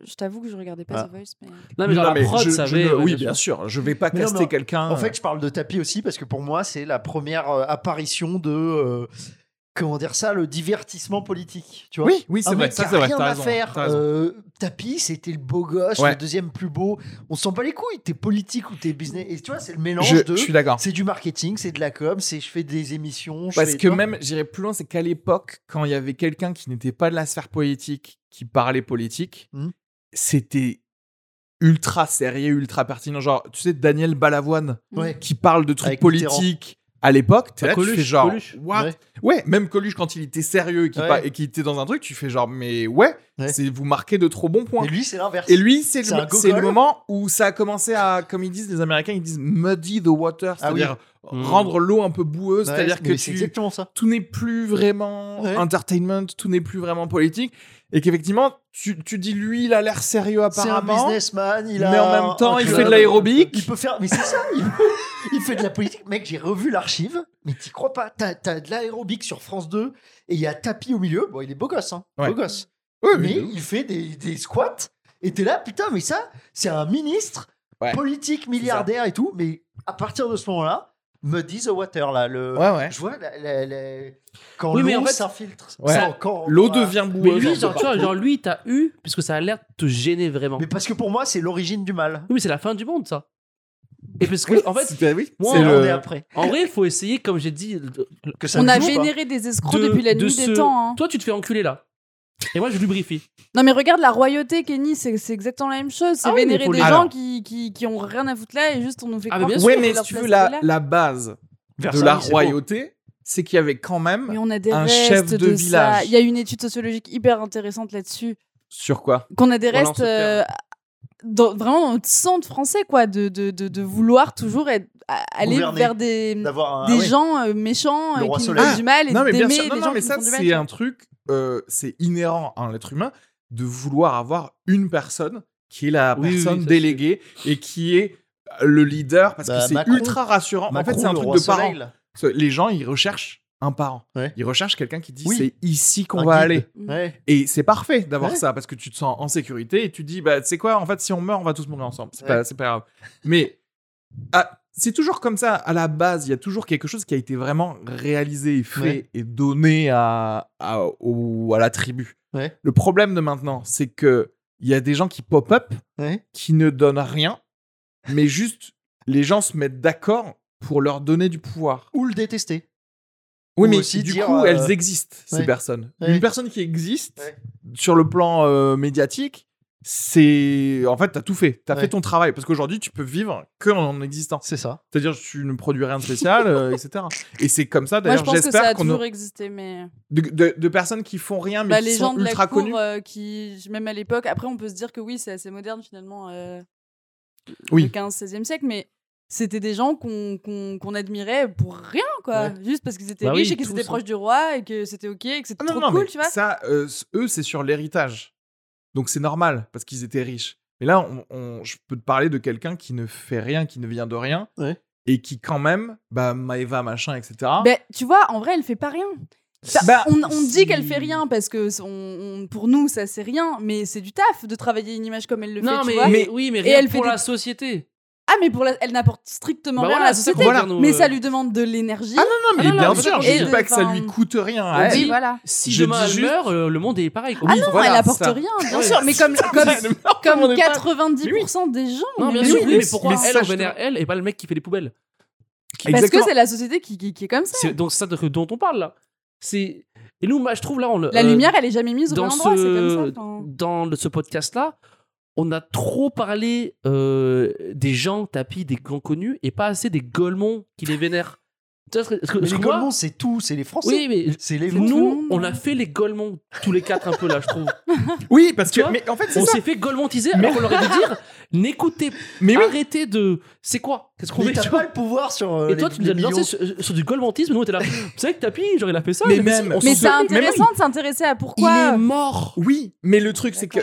S4: Je t'avoue que je regardais pas
S3: Ah.
S4: The Voice, mais...
S2: Non, mais genre,
S1: Non,
S2: la
S1: mais
S2: prod
S1: je- je
S2: savait.
S1: ne-
S2: ouais,
S1: oui, bien sûr. Je vais pas
S3: Mais non,
S1: caster
S3: mais en-
S2: Ah
S1: quelqu'un.
S3: En fait, je parle de tapis aussi parce que pour moi, c'est la première euh, apparition de. euh, comment dire ça Le divertissement politique. Tu vois
S1: oui, oui, c'est
S3: Un
S1: vrai.
S3: mec
S1: Ça,
S3: qui a
S1: c'est vrai.
S3: Ah rien
S1: T'as
S3: à
S1: raison.
S3: faire.
S1: t'as raison.
S3: Euh, Tapi, c'était le beau gosse,
S1: Ouais.
S3: le deuxième plus beau. On s'en bat les couilles. T'es politique ou t'es business. Et tu vois, c'est le mélange
S1: je,
S3: de.
S1: je suis d'accord.
S3: C'est du marketing, c'est de la com, c'est je fais des émissions. je
S1: Parce
S3: fais-
S1: que
S3: tu vois
S1: même, j'irais plus loin, c'est qu'à l'époque, quand il y avait quelqu'un qui n'était pas de la sphère politique, qui parlait politique,
S3: Mhm.
S1: c'était ultra sérieux, ultra pertinent. Genre, tu sais, Daniel Balavoine,
S3: Ouais.
S1: qui parle de trucs
S3: Avec
S1: politiques à l'époque, t'es
S2: Ah,
S1: là, tu
S2: Coluche,
S1: fais genre,
S2: Coluche.
S1: what
S3: Ouais.
S1: Ouais, même Coluche, quand il était sérieux et qu'il
S3: Ouais.
S1: pa- et qu'il était dans un truc, tu fais genre, mais ouais,
S3: Ouais.
S1: c'est vous marquez de trop bons points.
S3: Et lui, c'est l'inverse.
S1: Et lui, c'est
S3: C'est
S1: le,
S3: un
S1: c'est le
S3: gogol.
S1: moment où ça a commencé à, comme ils disent les Américains, ils disent muddy the water,
S3: Ah oui.
S1: c'est-à-dire
S2: Mm.
S1: rendre l'eau un peu boueuse,
S3: Ouais,
S1: c'est-à-dire que
S3: mais c'est
S1: tu-
S3: exactement ça.
S1: tout n'est plus vraiment
S3: Ouais.
S1: entertainment, tout n'est plus vraiment politique, et qu'effectivement, tu, tu dis lui, il a l'air sérieux
S3: C'est un
S1: apparemment,
S3: businessman, il a
S1: mais en même temps,
S3: un
S1: il
S3: club.
S1: fait de l'aérobic.
S3: Il peut faire, mais c'est ça, il, il fait de la politique. Mec, j'ai revu l'archive, mais t'y crois pas. T'as as de l'aérobic sur France 2 et il y a Tapi au milieu. Bon, il est beau gosse, hein,
S1: Ouais.
S3: beau gosse.
S1: Oui, oui,
S3: mais
S1: de ouf.
S3: il fait des, des squats et t'es là, putain, mais ça, c'est un ministre
S1: Ouais.
S3: politique, milliardaire et tout. Mais à partir de ce moment-là, me dit The Water, là, le.
S1: Ouais, ouais.
S3: Je vois la- la- la- quand
S2: Oui, mais
S3: l'eau
S2: en fait-
S3: s'infiltre,
S1: Ouais.
S3: ça, quand-
S1: L'eau
S3: voilà.
S1: devient
S2: Mais
S1: boueuse. hein,
S2: lui,
S1: un
S2: genre,
S1: peu
S2: tu vois,
S1: partout.
S2: genre, lui, t'as eu, puisque ça a l'air de te gêner vraiment.
S3: Mais parce que pour moi, c'est l'origine du mal.
S2: Oui, mais c'est la fin du monde, ça. Et parce que,
S1: Oui,
S2: en fait,
S1: c'est- oui,
S2: moi,
S1: c'est
S2: on
S1: le-
S3: On est après.
S2: en vrai, il faut essayer, comme j'ai dit, de-
S3: Que ça
S4: On
S3: ne
S4: a
S3: joue pas.
S4: vénéré des escrocs
S2: de-
S4: depuis la
S2: de
S4: nuit
S2: ce-
S4: des temps. hein.
S2: Toi, tu te fais enculer là. Et moi, je lubrifie.
S4: Non, mais regarde la royauté, Kenny, c'est c'est exactement la même chose. C'est
S2: Ah oui, mais
S4: vénérer
S2: faut
S4: des
S2: les-
S1: Alors.
S4: gens qui, qui, qui ont rien à foutre là et juste on nous fait
S2: Ah, mais
S4: croire
S2: bien
S4: que
S2: sûr.
S1: Ouais,
S4: c'est
S1: mais si
S4: leur
S1: tu veux,
S4: place
S1: la,
S4: d'être là.
S1: la base de
S3: Versailles,
S1: la
S3: c'est beau.
S1: royauté, c'est qu'il y avait quand même
S4: Mais on a des
S1: un
S4: restes
S1: chef de
S4: de, ça.
S1: village.
S4: Il y a une étude sociologique hyper intéressante là-dessus.
S1: Sur quoi
S4: qu'on a des
S2: Voilà, on
S4: restes
S2: se perd.
S4: euh, dans- vraiment dans notre centre français, quoi, de, de, de, de vouloir toujours être, à- aller
S3: Gouverner.
S4: vers des, des
S3: D'avoir un- ah ouais.
S4: gens euh, méchants
S3: Le
S4: euh,
S3: roi
S4: qui nous
S3: soleil.
S4: veulent du mal et
S1: Non, mais bien
S4: d'aimer
S1: sûr,
S4: les
S1: non, non,
S4: gens
S1: mais
S4: qui
S1: ça, hein.
S4: nous font du mal,
S1: c'est
S4: tu vois.
S1: un truc, euh, c'est inhérent à l'être humain de vouloir avoir une personne qui est la
S2: Oui, oui,
S1: personne
S2: ça, c'est-
S1: déléguée et qui est le leader parce
S3: Bah,
S1: que c'est
S3: Macron.
S1: ultra rassurant. en fait, c'est un
S3: le
S1: truc
S3: roi
S1: de parents.
S3: soleil, là.
S1: Parce que Les gens, ils recherchent un parent.
S3: Ouais.
S1: Ils recherchent quelqu'un qui dit
S3: Oui.
S1: c'est ici qu'on
S3: Un
S1: va
S3: guide.
S1: aller.
S2: Mmh.
S3: Ouais.
S1: Et c'est parfait d'avoir
S3: Ouais.
S1: ça parce que tu te sens en sécurité et tu te dis, bah, tu sais quoi, en fait, si on meurt, on va tous mourir ensemble. C'est
S3: Ouais.
S1: pas, c'est pas grave. Mais ah, c'est toujours comme ça. À la base, il y a toujours quelque chose qui a été vraiment réalisé et fait
S3: Ouais.
S1: et donné à, à, au- à la tribu.
S3: Ouais.
S1: Le problème de maintenant, c'est que il y a des gens qui pop-up,
S3: Ouais.
S1: qui ne donnent rien, mais juste les gens se mettent d'accord pour leur donner du pouvoir.
S3: Ou le détester.
S1: Oui,
S3: Ou
S1: mais
S3: aussi
S1: du
S3: dire,
S1: coup,
S3: euh,
S1: elles existent, ces
S3: ouais.
S1: personnes.
S3: Ouais.
S1: Une personne qui existe,
S3: Ouais.
S1: sur le plan euh, médiatique, c'est. En fait, t'as tout fait. T'as
S3: Ouais.
S1: fait ton travail. Parce qu'aujourd'hui, tu peux vivre que en existant.
S3: C'est ça.
S1: C'est-à-dire, tu ne produis rien de spécial, euh, etc. Et c'est comme ça,
S4: Moi, je
S1: d'ailleurs,
S4: pense que ça
S1: j'espère
S4: a
S1: qu'on. a-
S4: toujours existé, mais
S1: De, de- de personnes qui font rien, mais
S4: bah,
S1: qui
S4: les
S1: sont
S4: gens de la
S1: ultra
S4: cour
S1: connues.
S4: euh, qui, même à l'époque, après, on peut se dire que oui, c'est assez moderne finalement, euh,
S1: Oui.
S4: le 15-16e siècle, mais c'était des gens qu'on qu'on- qu'on admirait pour rien, quoi,
S3: Ouais.
S4: juste parce qu'ils étaient
S2: Bah oui,
S4: riches et qu'ils
S2: tous,
S4: étaient
S2: hein.
S4: proches du roi et que c'était ok et que c'était
S1: Ah, non,
S4: trop
S1: non,
S4: cool,
S1: mais
S4: tu vois.
S1: Ça, euh, c- eux, c'est sur l'héritage. Donc c'est normal, parce qu'ils étaient riches. Mais là, on- on- je peux te parler de quelqu'un qui ne fait rien, qui ne vient de rien,
S3: Ouais.
S1: et qui quand même, bah, Maeva, machin, etc.
S4: Ben, tu vois, en vrai, elle fait pas rien. Ça-
S1: Hein Bah,
S4: on, on
S1: si-
S4: dit qu'elle fait rien parce que c'est- on- on- pour nous, ça c'est rien, mais c'est du taf de travailler une image comme elle le
S2: non,
S4: fait. tu
S2: mais,
S4: vois.
S2: mais- oui, mais
S4: Et
S2: rien
S4: elle
S2: pour
S4: fait
S2: la
S4: des-
S2: société.
S4: Ah, mais pour la- elle n'apporte strictement
S2: Bah
S4: rien
S2: voilà,
S4: à la
S2: c'est ça
S4: société.
S2: qu'on va dire, nous,
S4: mais
S2: euh.
S4: ça lui demande de l'énergie.
S1: Ah non, mais
S2: Ah non,
S1: bien
S2: non,
S1: sûr,
S2: mais
S1: je
S4: et
S1: dis pas que ça
S4: enfin,
S1: lui coûte rien. à
S2: on
S1: elle.
S2: dit-
S4: Ah, oui, voilà.
S2: Si
S1: Je
S2: demain
S1: dis
S2: elle
S1: juste-
S2: meurt, euh, le monde est pareil. quoi.
S1: Oui,
S4: non,
S1: voilà,
S4: elle apporte
S1: ça.
S4: rien, bien
S2: Ouais.
S4: sûr. Mais comme,
S1: Putain,
S4: comme,
S1: mais le meurtre,
S4: comme
S1: on est pas-
S4: 90% des gens.
S2: Non, bien
S4: mais
S2: sûr,
S4: oui.
S2: oui, mais, pourquoi
S1: mais
S2: elle,
S1: ça,
S2: on
S1: je
S2: vénère elle et pas le mec qui fait les poubelles
S4: Parce que
S1: Exactement.
S4: c'est la société qui, qui- qui est comme ça.
S2: C'est- Donc, c'est ça de- dont on parle là. C'est Et nous, moi, je trouve là, on le-
S4: La
S2: euh,
S4: lumière, elle est jamais mise au bon
S2: dans
S4: endroit,
S2: ce,
S4: c'est comme ça. enfin.
S2: dans le- ce podcast-là, on a trop parlé euh, des gens tapis, des grands connus, et pas assez des golemons qui les vénèrent. Tu vois ce que- ce que-
S3: Mais
S2: ce
S3: les
S2: que moi-
S3: Golemons, c'est tout, c'est les Français.
S2: Oui, mais
S3: C'est les
S4: Tout le
S2: nous,
S4: monde.
S2: on a fait les golemons tous les quatre un peu là, je trouve.
S1: Oui, parce
S2: Tu
S1: que.
S2: vois
S1: Mais en fait, c'est
S2: On
S1: ça.
S2: s'est fait golemontiser alors qu'on aurait dû dire n'écoutez,
S1: Mais oui.
S2: arrêtez de. C'est quoi Qu'est-ce qu'on
S3: Mais
S2: met
S3: t'as
S2: tu
S3: pas
S2: vois
S3: le pouvoir sur. euh,
S2: Et toi,
S3: les-
S2: tu nous as
S3: les
S2: lancé
S3: millions.
S2: sur, sur du golemontisme, nous on était là. Vous savez que Tapi, genre il a fait ça
S1: Mais
S2: il a fait ci,
S1: même-
S2: on
S1: Mais
S4: Mais
S2: s'en
S1: se-
S4: c'est
S1: mais
S4: intéressant de s'intéresser à
S2: Il est
S4: pourquoi.
S2: mort.
S1: Oui, mais le truc, c'est que.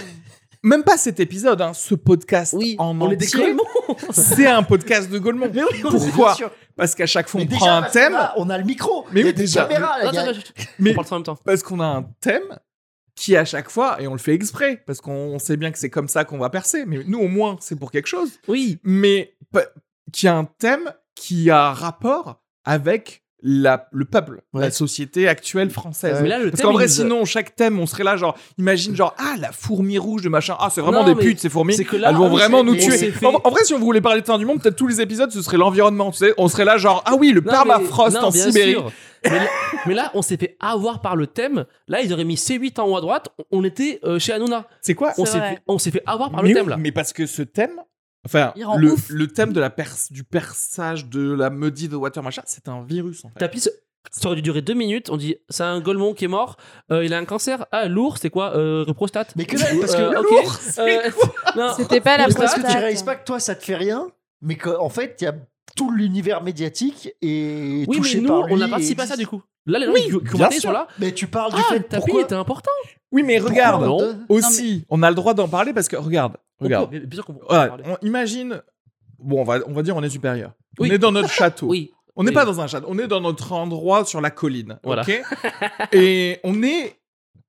S1: Même pas cet épisode, hein, ce podcast en
S2: on est des
S1: entier.
S2: golemons.
S1: C'est un podcast de Gaulmont.
S3: Mais oui, on-
S1: Pourquoi
S3: bien sûr.
S1: Parce qu'à chaque fois, on
S3: Mais
S1: prend
S3: déjà,
S1: un
S3: parce que
S1: thème.
S3: là, On a le micro.
S1: Mais
S3: il y a
S1: oui,
S3: des
S1: déjà.
S3: caméras, là,
S2: Attends,
S3: il y a-
S2: attends, attends.
S1: Mais-
S2: On parle ça en même temps.
S1: parce qu'on a un thème qui à chaque fois et on le fait exprès parce qu'on on sait bien que c'est comme ça qu'on va percer mais nous au moins c'est pour quelque chose
S2: Oui.
S1: mais pe- qui a un thème qui a un rapport avec la, le peuple
S3: Ouais.
S1: la société actuelle française
S2: Mais là, le
S1: parce
S2: thème,
S1: qu'en vrai
S2: il nous a-
S1: sinon chaque thème on serait là genre imagine genre ah la fourmi rouge de machin ah c'est vraiment
S2: Non,
S1: des
S2: mais
S1: putes ces fourmis
S2: c'est que là,
S1: elles vont
S2: on
S1: vraiment
S2: s'est-
S1: nous
S2: on s'est
S1: tuer Oh,
S2: fait-
S1: en, en vrai si on voulait parler de fin du monde peut-être tous les épisodes ce serait l'environnement tu sais on serait là genre ah oui le
S2: Non,
S1: permafrost
S2: mais- non,
S1: en
S2: bien
S1: Sibérie
S2: sûr. Mais là, mais là, on s'est fait avoir par le thème. Là, ils auraient mis C8 en haut à droite. On- On était euh, chez Hanouna.
S1: c'est quoi
S2: On
S4: C'est
S2: s'est
S4: vrai.
S2: fait, on s'est fait avoir par
S1: mais
S2: le
S1: oui,
S2: thème là.
S1: mais parce que ce thème, enfin,
S4: Il rend
S1: le,
S4: ouf.
S1: le thème de la perce, du perçage, de la muddy de water, machin, c'est un virus en fait.
S2: Tapis, ça aurait dû durer deux minutes. On dit, c'est un golemon qui est mort. Euh, il a un cancer. Ah, lourd, c'est quoi euh, Prostate.
S3: Mais que dalle, parce que
S2: Euh, ok.
S1: lourd, c'est
S2: Euh, non.
S4: C'était pas la
S2: Parce que
S3: Parce que tu
S4: prostate.
S3: réalises pas que toi, ça te fait rien, mais qu'en fait, il y a tout l'univers médiatique et
S2: Oui,
S3: touché
S2: mais nous,
S3: par lui
S2: on a
S3: et
S2: participé à ça
S3: existe.
S2: du coup. Là, les gens
S1: Oui,
S2: qui- qui
S1: bien
S2: commentaient, ils
S1: sûr.
S2: sont là.
S3: Mais tu parles du
S2: Ah,
S3: fait
S2: le tapis
S3: pourquoi-
S2: était important.
S1: Oui, mais
S3: pourquoi
S1: regarde,
S3: on
S2: non.
S3: donne-
S1: aussi, on a le droit d'en parler parce que regarde,
S2: On
S1: regarde,
S2: peut- mais bien sûr qu'on peut en
S1: Voilà,
S2: parler.
S1: on imagine, bon, on va, on va dire on est supérieur.
S2: Oui.
S1: On est dans notre château.
S2: Oui.
S1: On n'est
S2: Oui.
S1: pas dans un château, on est dans notre endroit sur la colline.
S2: Voilà.
S1: ok et on est.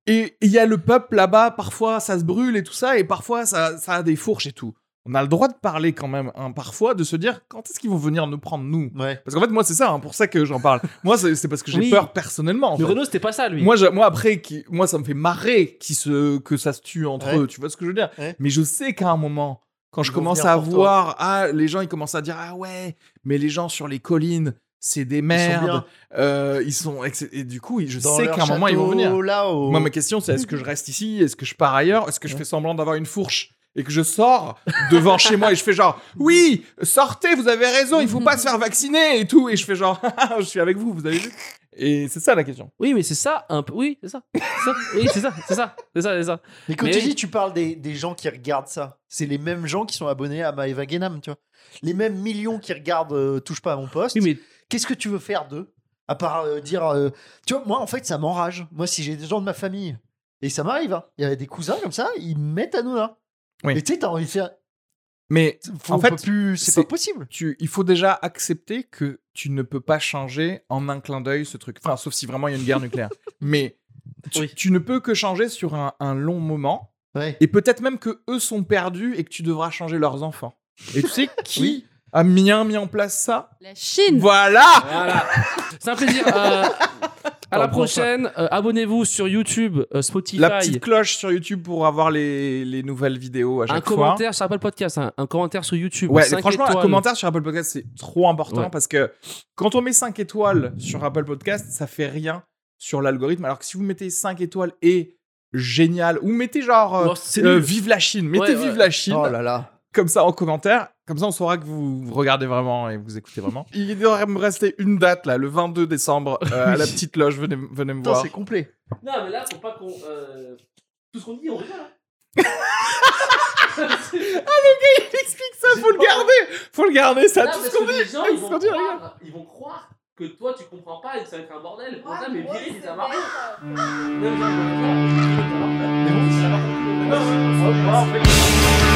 S1: Et il y a le peuple là-bas, parfois ça se brûle et tout ça, et parfois ça, ça a des fourches et tout. On a le droit de parler quand même, hein, parfois, de se dire quand est-ce qu'ils vont venir nous prendre, nous
S3: Ouais.
S1: Parce qu'en fait, moi, c'est ça, hein, pour ça que j'en parle. moi, c'est c'est parce que j'ai
S2: Oui.
S1: peur personnellement. en
S2: Mais
S1: fait.
S2: Renault, c'était pas ça, lui.
S1: Moi, je- moi, après, qui, moi, ça me fait marrer qui se, que ça se tue entre
S3: Ouais.
S1: eux. Tu vois ce que je veux dire
S3: Ouais.
S1: Mais je sais qu'à un moment, quand je
S3: Ils vont
S1: commence
S3: venir
S1: à
S3: pour toi.
S1: voir, ah, les gens, ils commencent à dire, ah ouais, mais les gens sur les collines, c'est des merdes.
S3: bien.
S1: Euh, Ils sont, ex- et du coup, je
S3: Dans
S1: sais
S3: leur
S1: qu'à un moment, ils vont
S3: château,
S1: venir.
S3: Là, au-
S1: Moi, ma question, c'est est-ce que je reste ici Est-ce que je pars ailleurs Est-ce que je fais semblant d'avoir une fourche et que je sors devant chez moi et je fais genre oui sortez vous avez raison il faut pas se faire vacciner et tout et je fais genre je suis avec vous vous avez vu et c'est ça la question
S2: Oui, mais c'est ça, un peu. Oui, c'est ça. C'est ça. Oui, c'est ça, c'est ça, c'est ça, c'est ça.
S3: Mais quand
S2: Mais
S3: tu
S2: oui.
S3: dis, tu parles des, des gens qui regardent ça. C'est les mêmes gens qui sont abonnés à Maeva Genam, tu vois. Les mêmes millions qui regardent euh, Touche pas à mon poste.
S2: Oui, mais
S3: Qu'est-ce que tu veux faire d'eux À part euh, dire. euh, Tu vois, moi, en fait, ça m'enrage. Moi, si j'ai des gens de ma famille, et ça m'arrive, hein, il y a des cousins comme ça, ils me mettent à nous là.
S1: Oui.
S3: Et tu sais, t'as envie de faire.
S1: mais
S3: faut-
S1: En
S3: on
S1: fait,
S3: peut plus- c'est
S1: c'est-
S3: pas possible.
S1: tu il faut déjà accepter que tu ne peux pas changer en un clin d'œil ce truc enfin sauf si vraiment il y a une guerre nucléaire mais tu,
S2: Oui.
S1: tu ne peux que changer sur un- un long moment
S3: Ouais.
S1: Et peut-être même que eux sont perdus et que tu devras changer leurs enfants. Et tu sais qui
S3: Oui.
S1: a bien mis en place ça
S4: La Chine.
S1: Voilà
S2: voilà. C'est un plaisir. euh, à la
S1: Pardon,
S2: prochaine. Euh, Abonnez-vous sur YouTube, euh, Spotify.
S1: La petite cloche sur YouTube pour avoir les, les nouvelles vidéos à
S2: un
S1: chaque fois.
S2: commentaire sur Apple Podcast, un, un commentaire sur YouTube.
S1: Ouais,
S2: cinq
S1: et franchement, un
S2: étoiles.
S1: commentaire sur Apple Podcast, c'est trop important
S2: Ouais.
S1: parce que quand on met 5 étoiles sur Apple Podcast, ça fait rien sur l'algorithme. Alors que si vous mettez 5 étoiles et génial, ou mettez genre euh,
S2: Alors, c'est
S1: euh,
S2: nul.
S1: vive la Chine, mettez
S2: Ouais, ouais.
S1: vive la Chine,
S3: Oh là là.
S1: comme ça en commentaire. Comme ça, on saura que vous regardez vraiment et vous écoutez vraiment. Il devrait me rester une date, là, le 22 décembre, euh, à la petite loge. Venez, venez me
S3: Putain,
S1: voir.
S3: c'est complet.
S2: Non, mais là, faut pas qu'on. euh, Tout ce qu'on dit, on rigole.
S1: Explique ça, Ah, faut le garder Faut le garder, ça, tout ce qu'on dit.
S2: les gens,
S1: ils vont Tout ce qu'on dit, croire-
S2: ils vont croire que toi, tu comprends pas et que ça va être un bordel.
S3: Mais bon, ça va. Non, on va- on va- on va-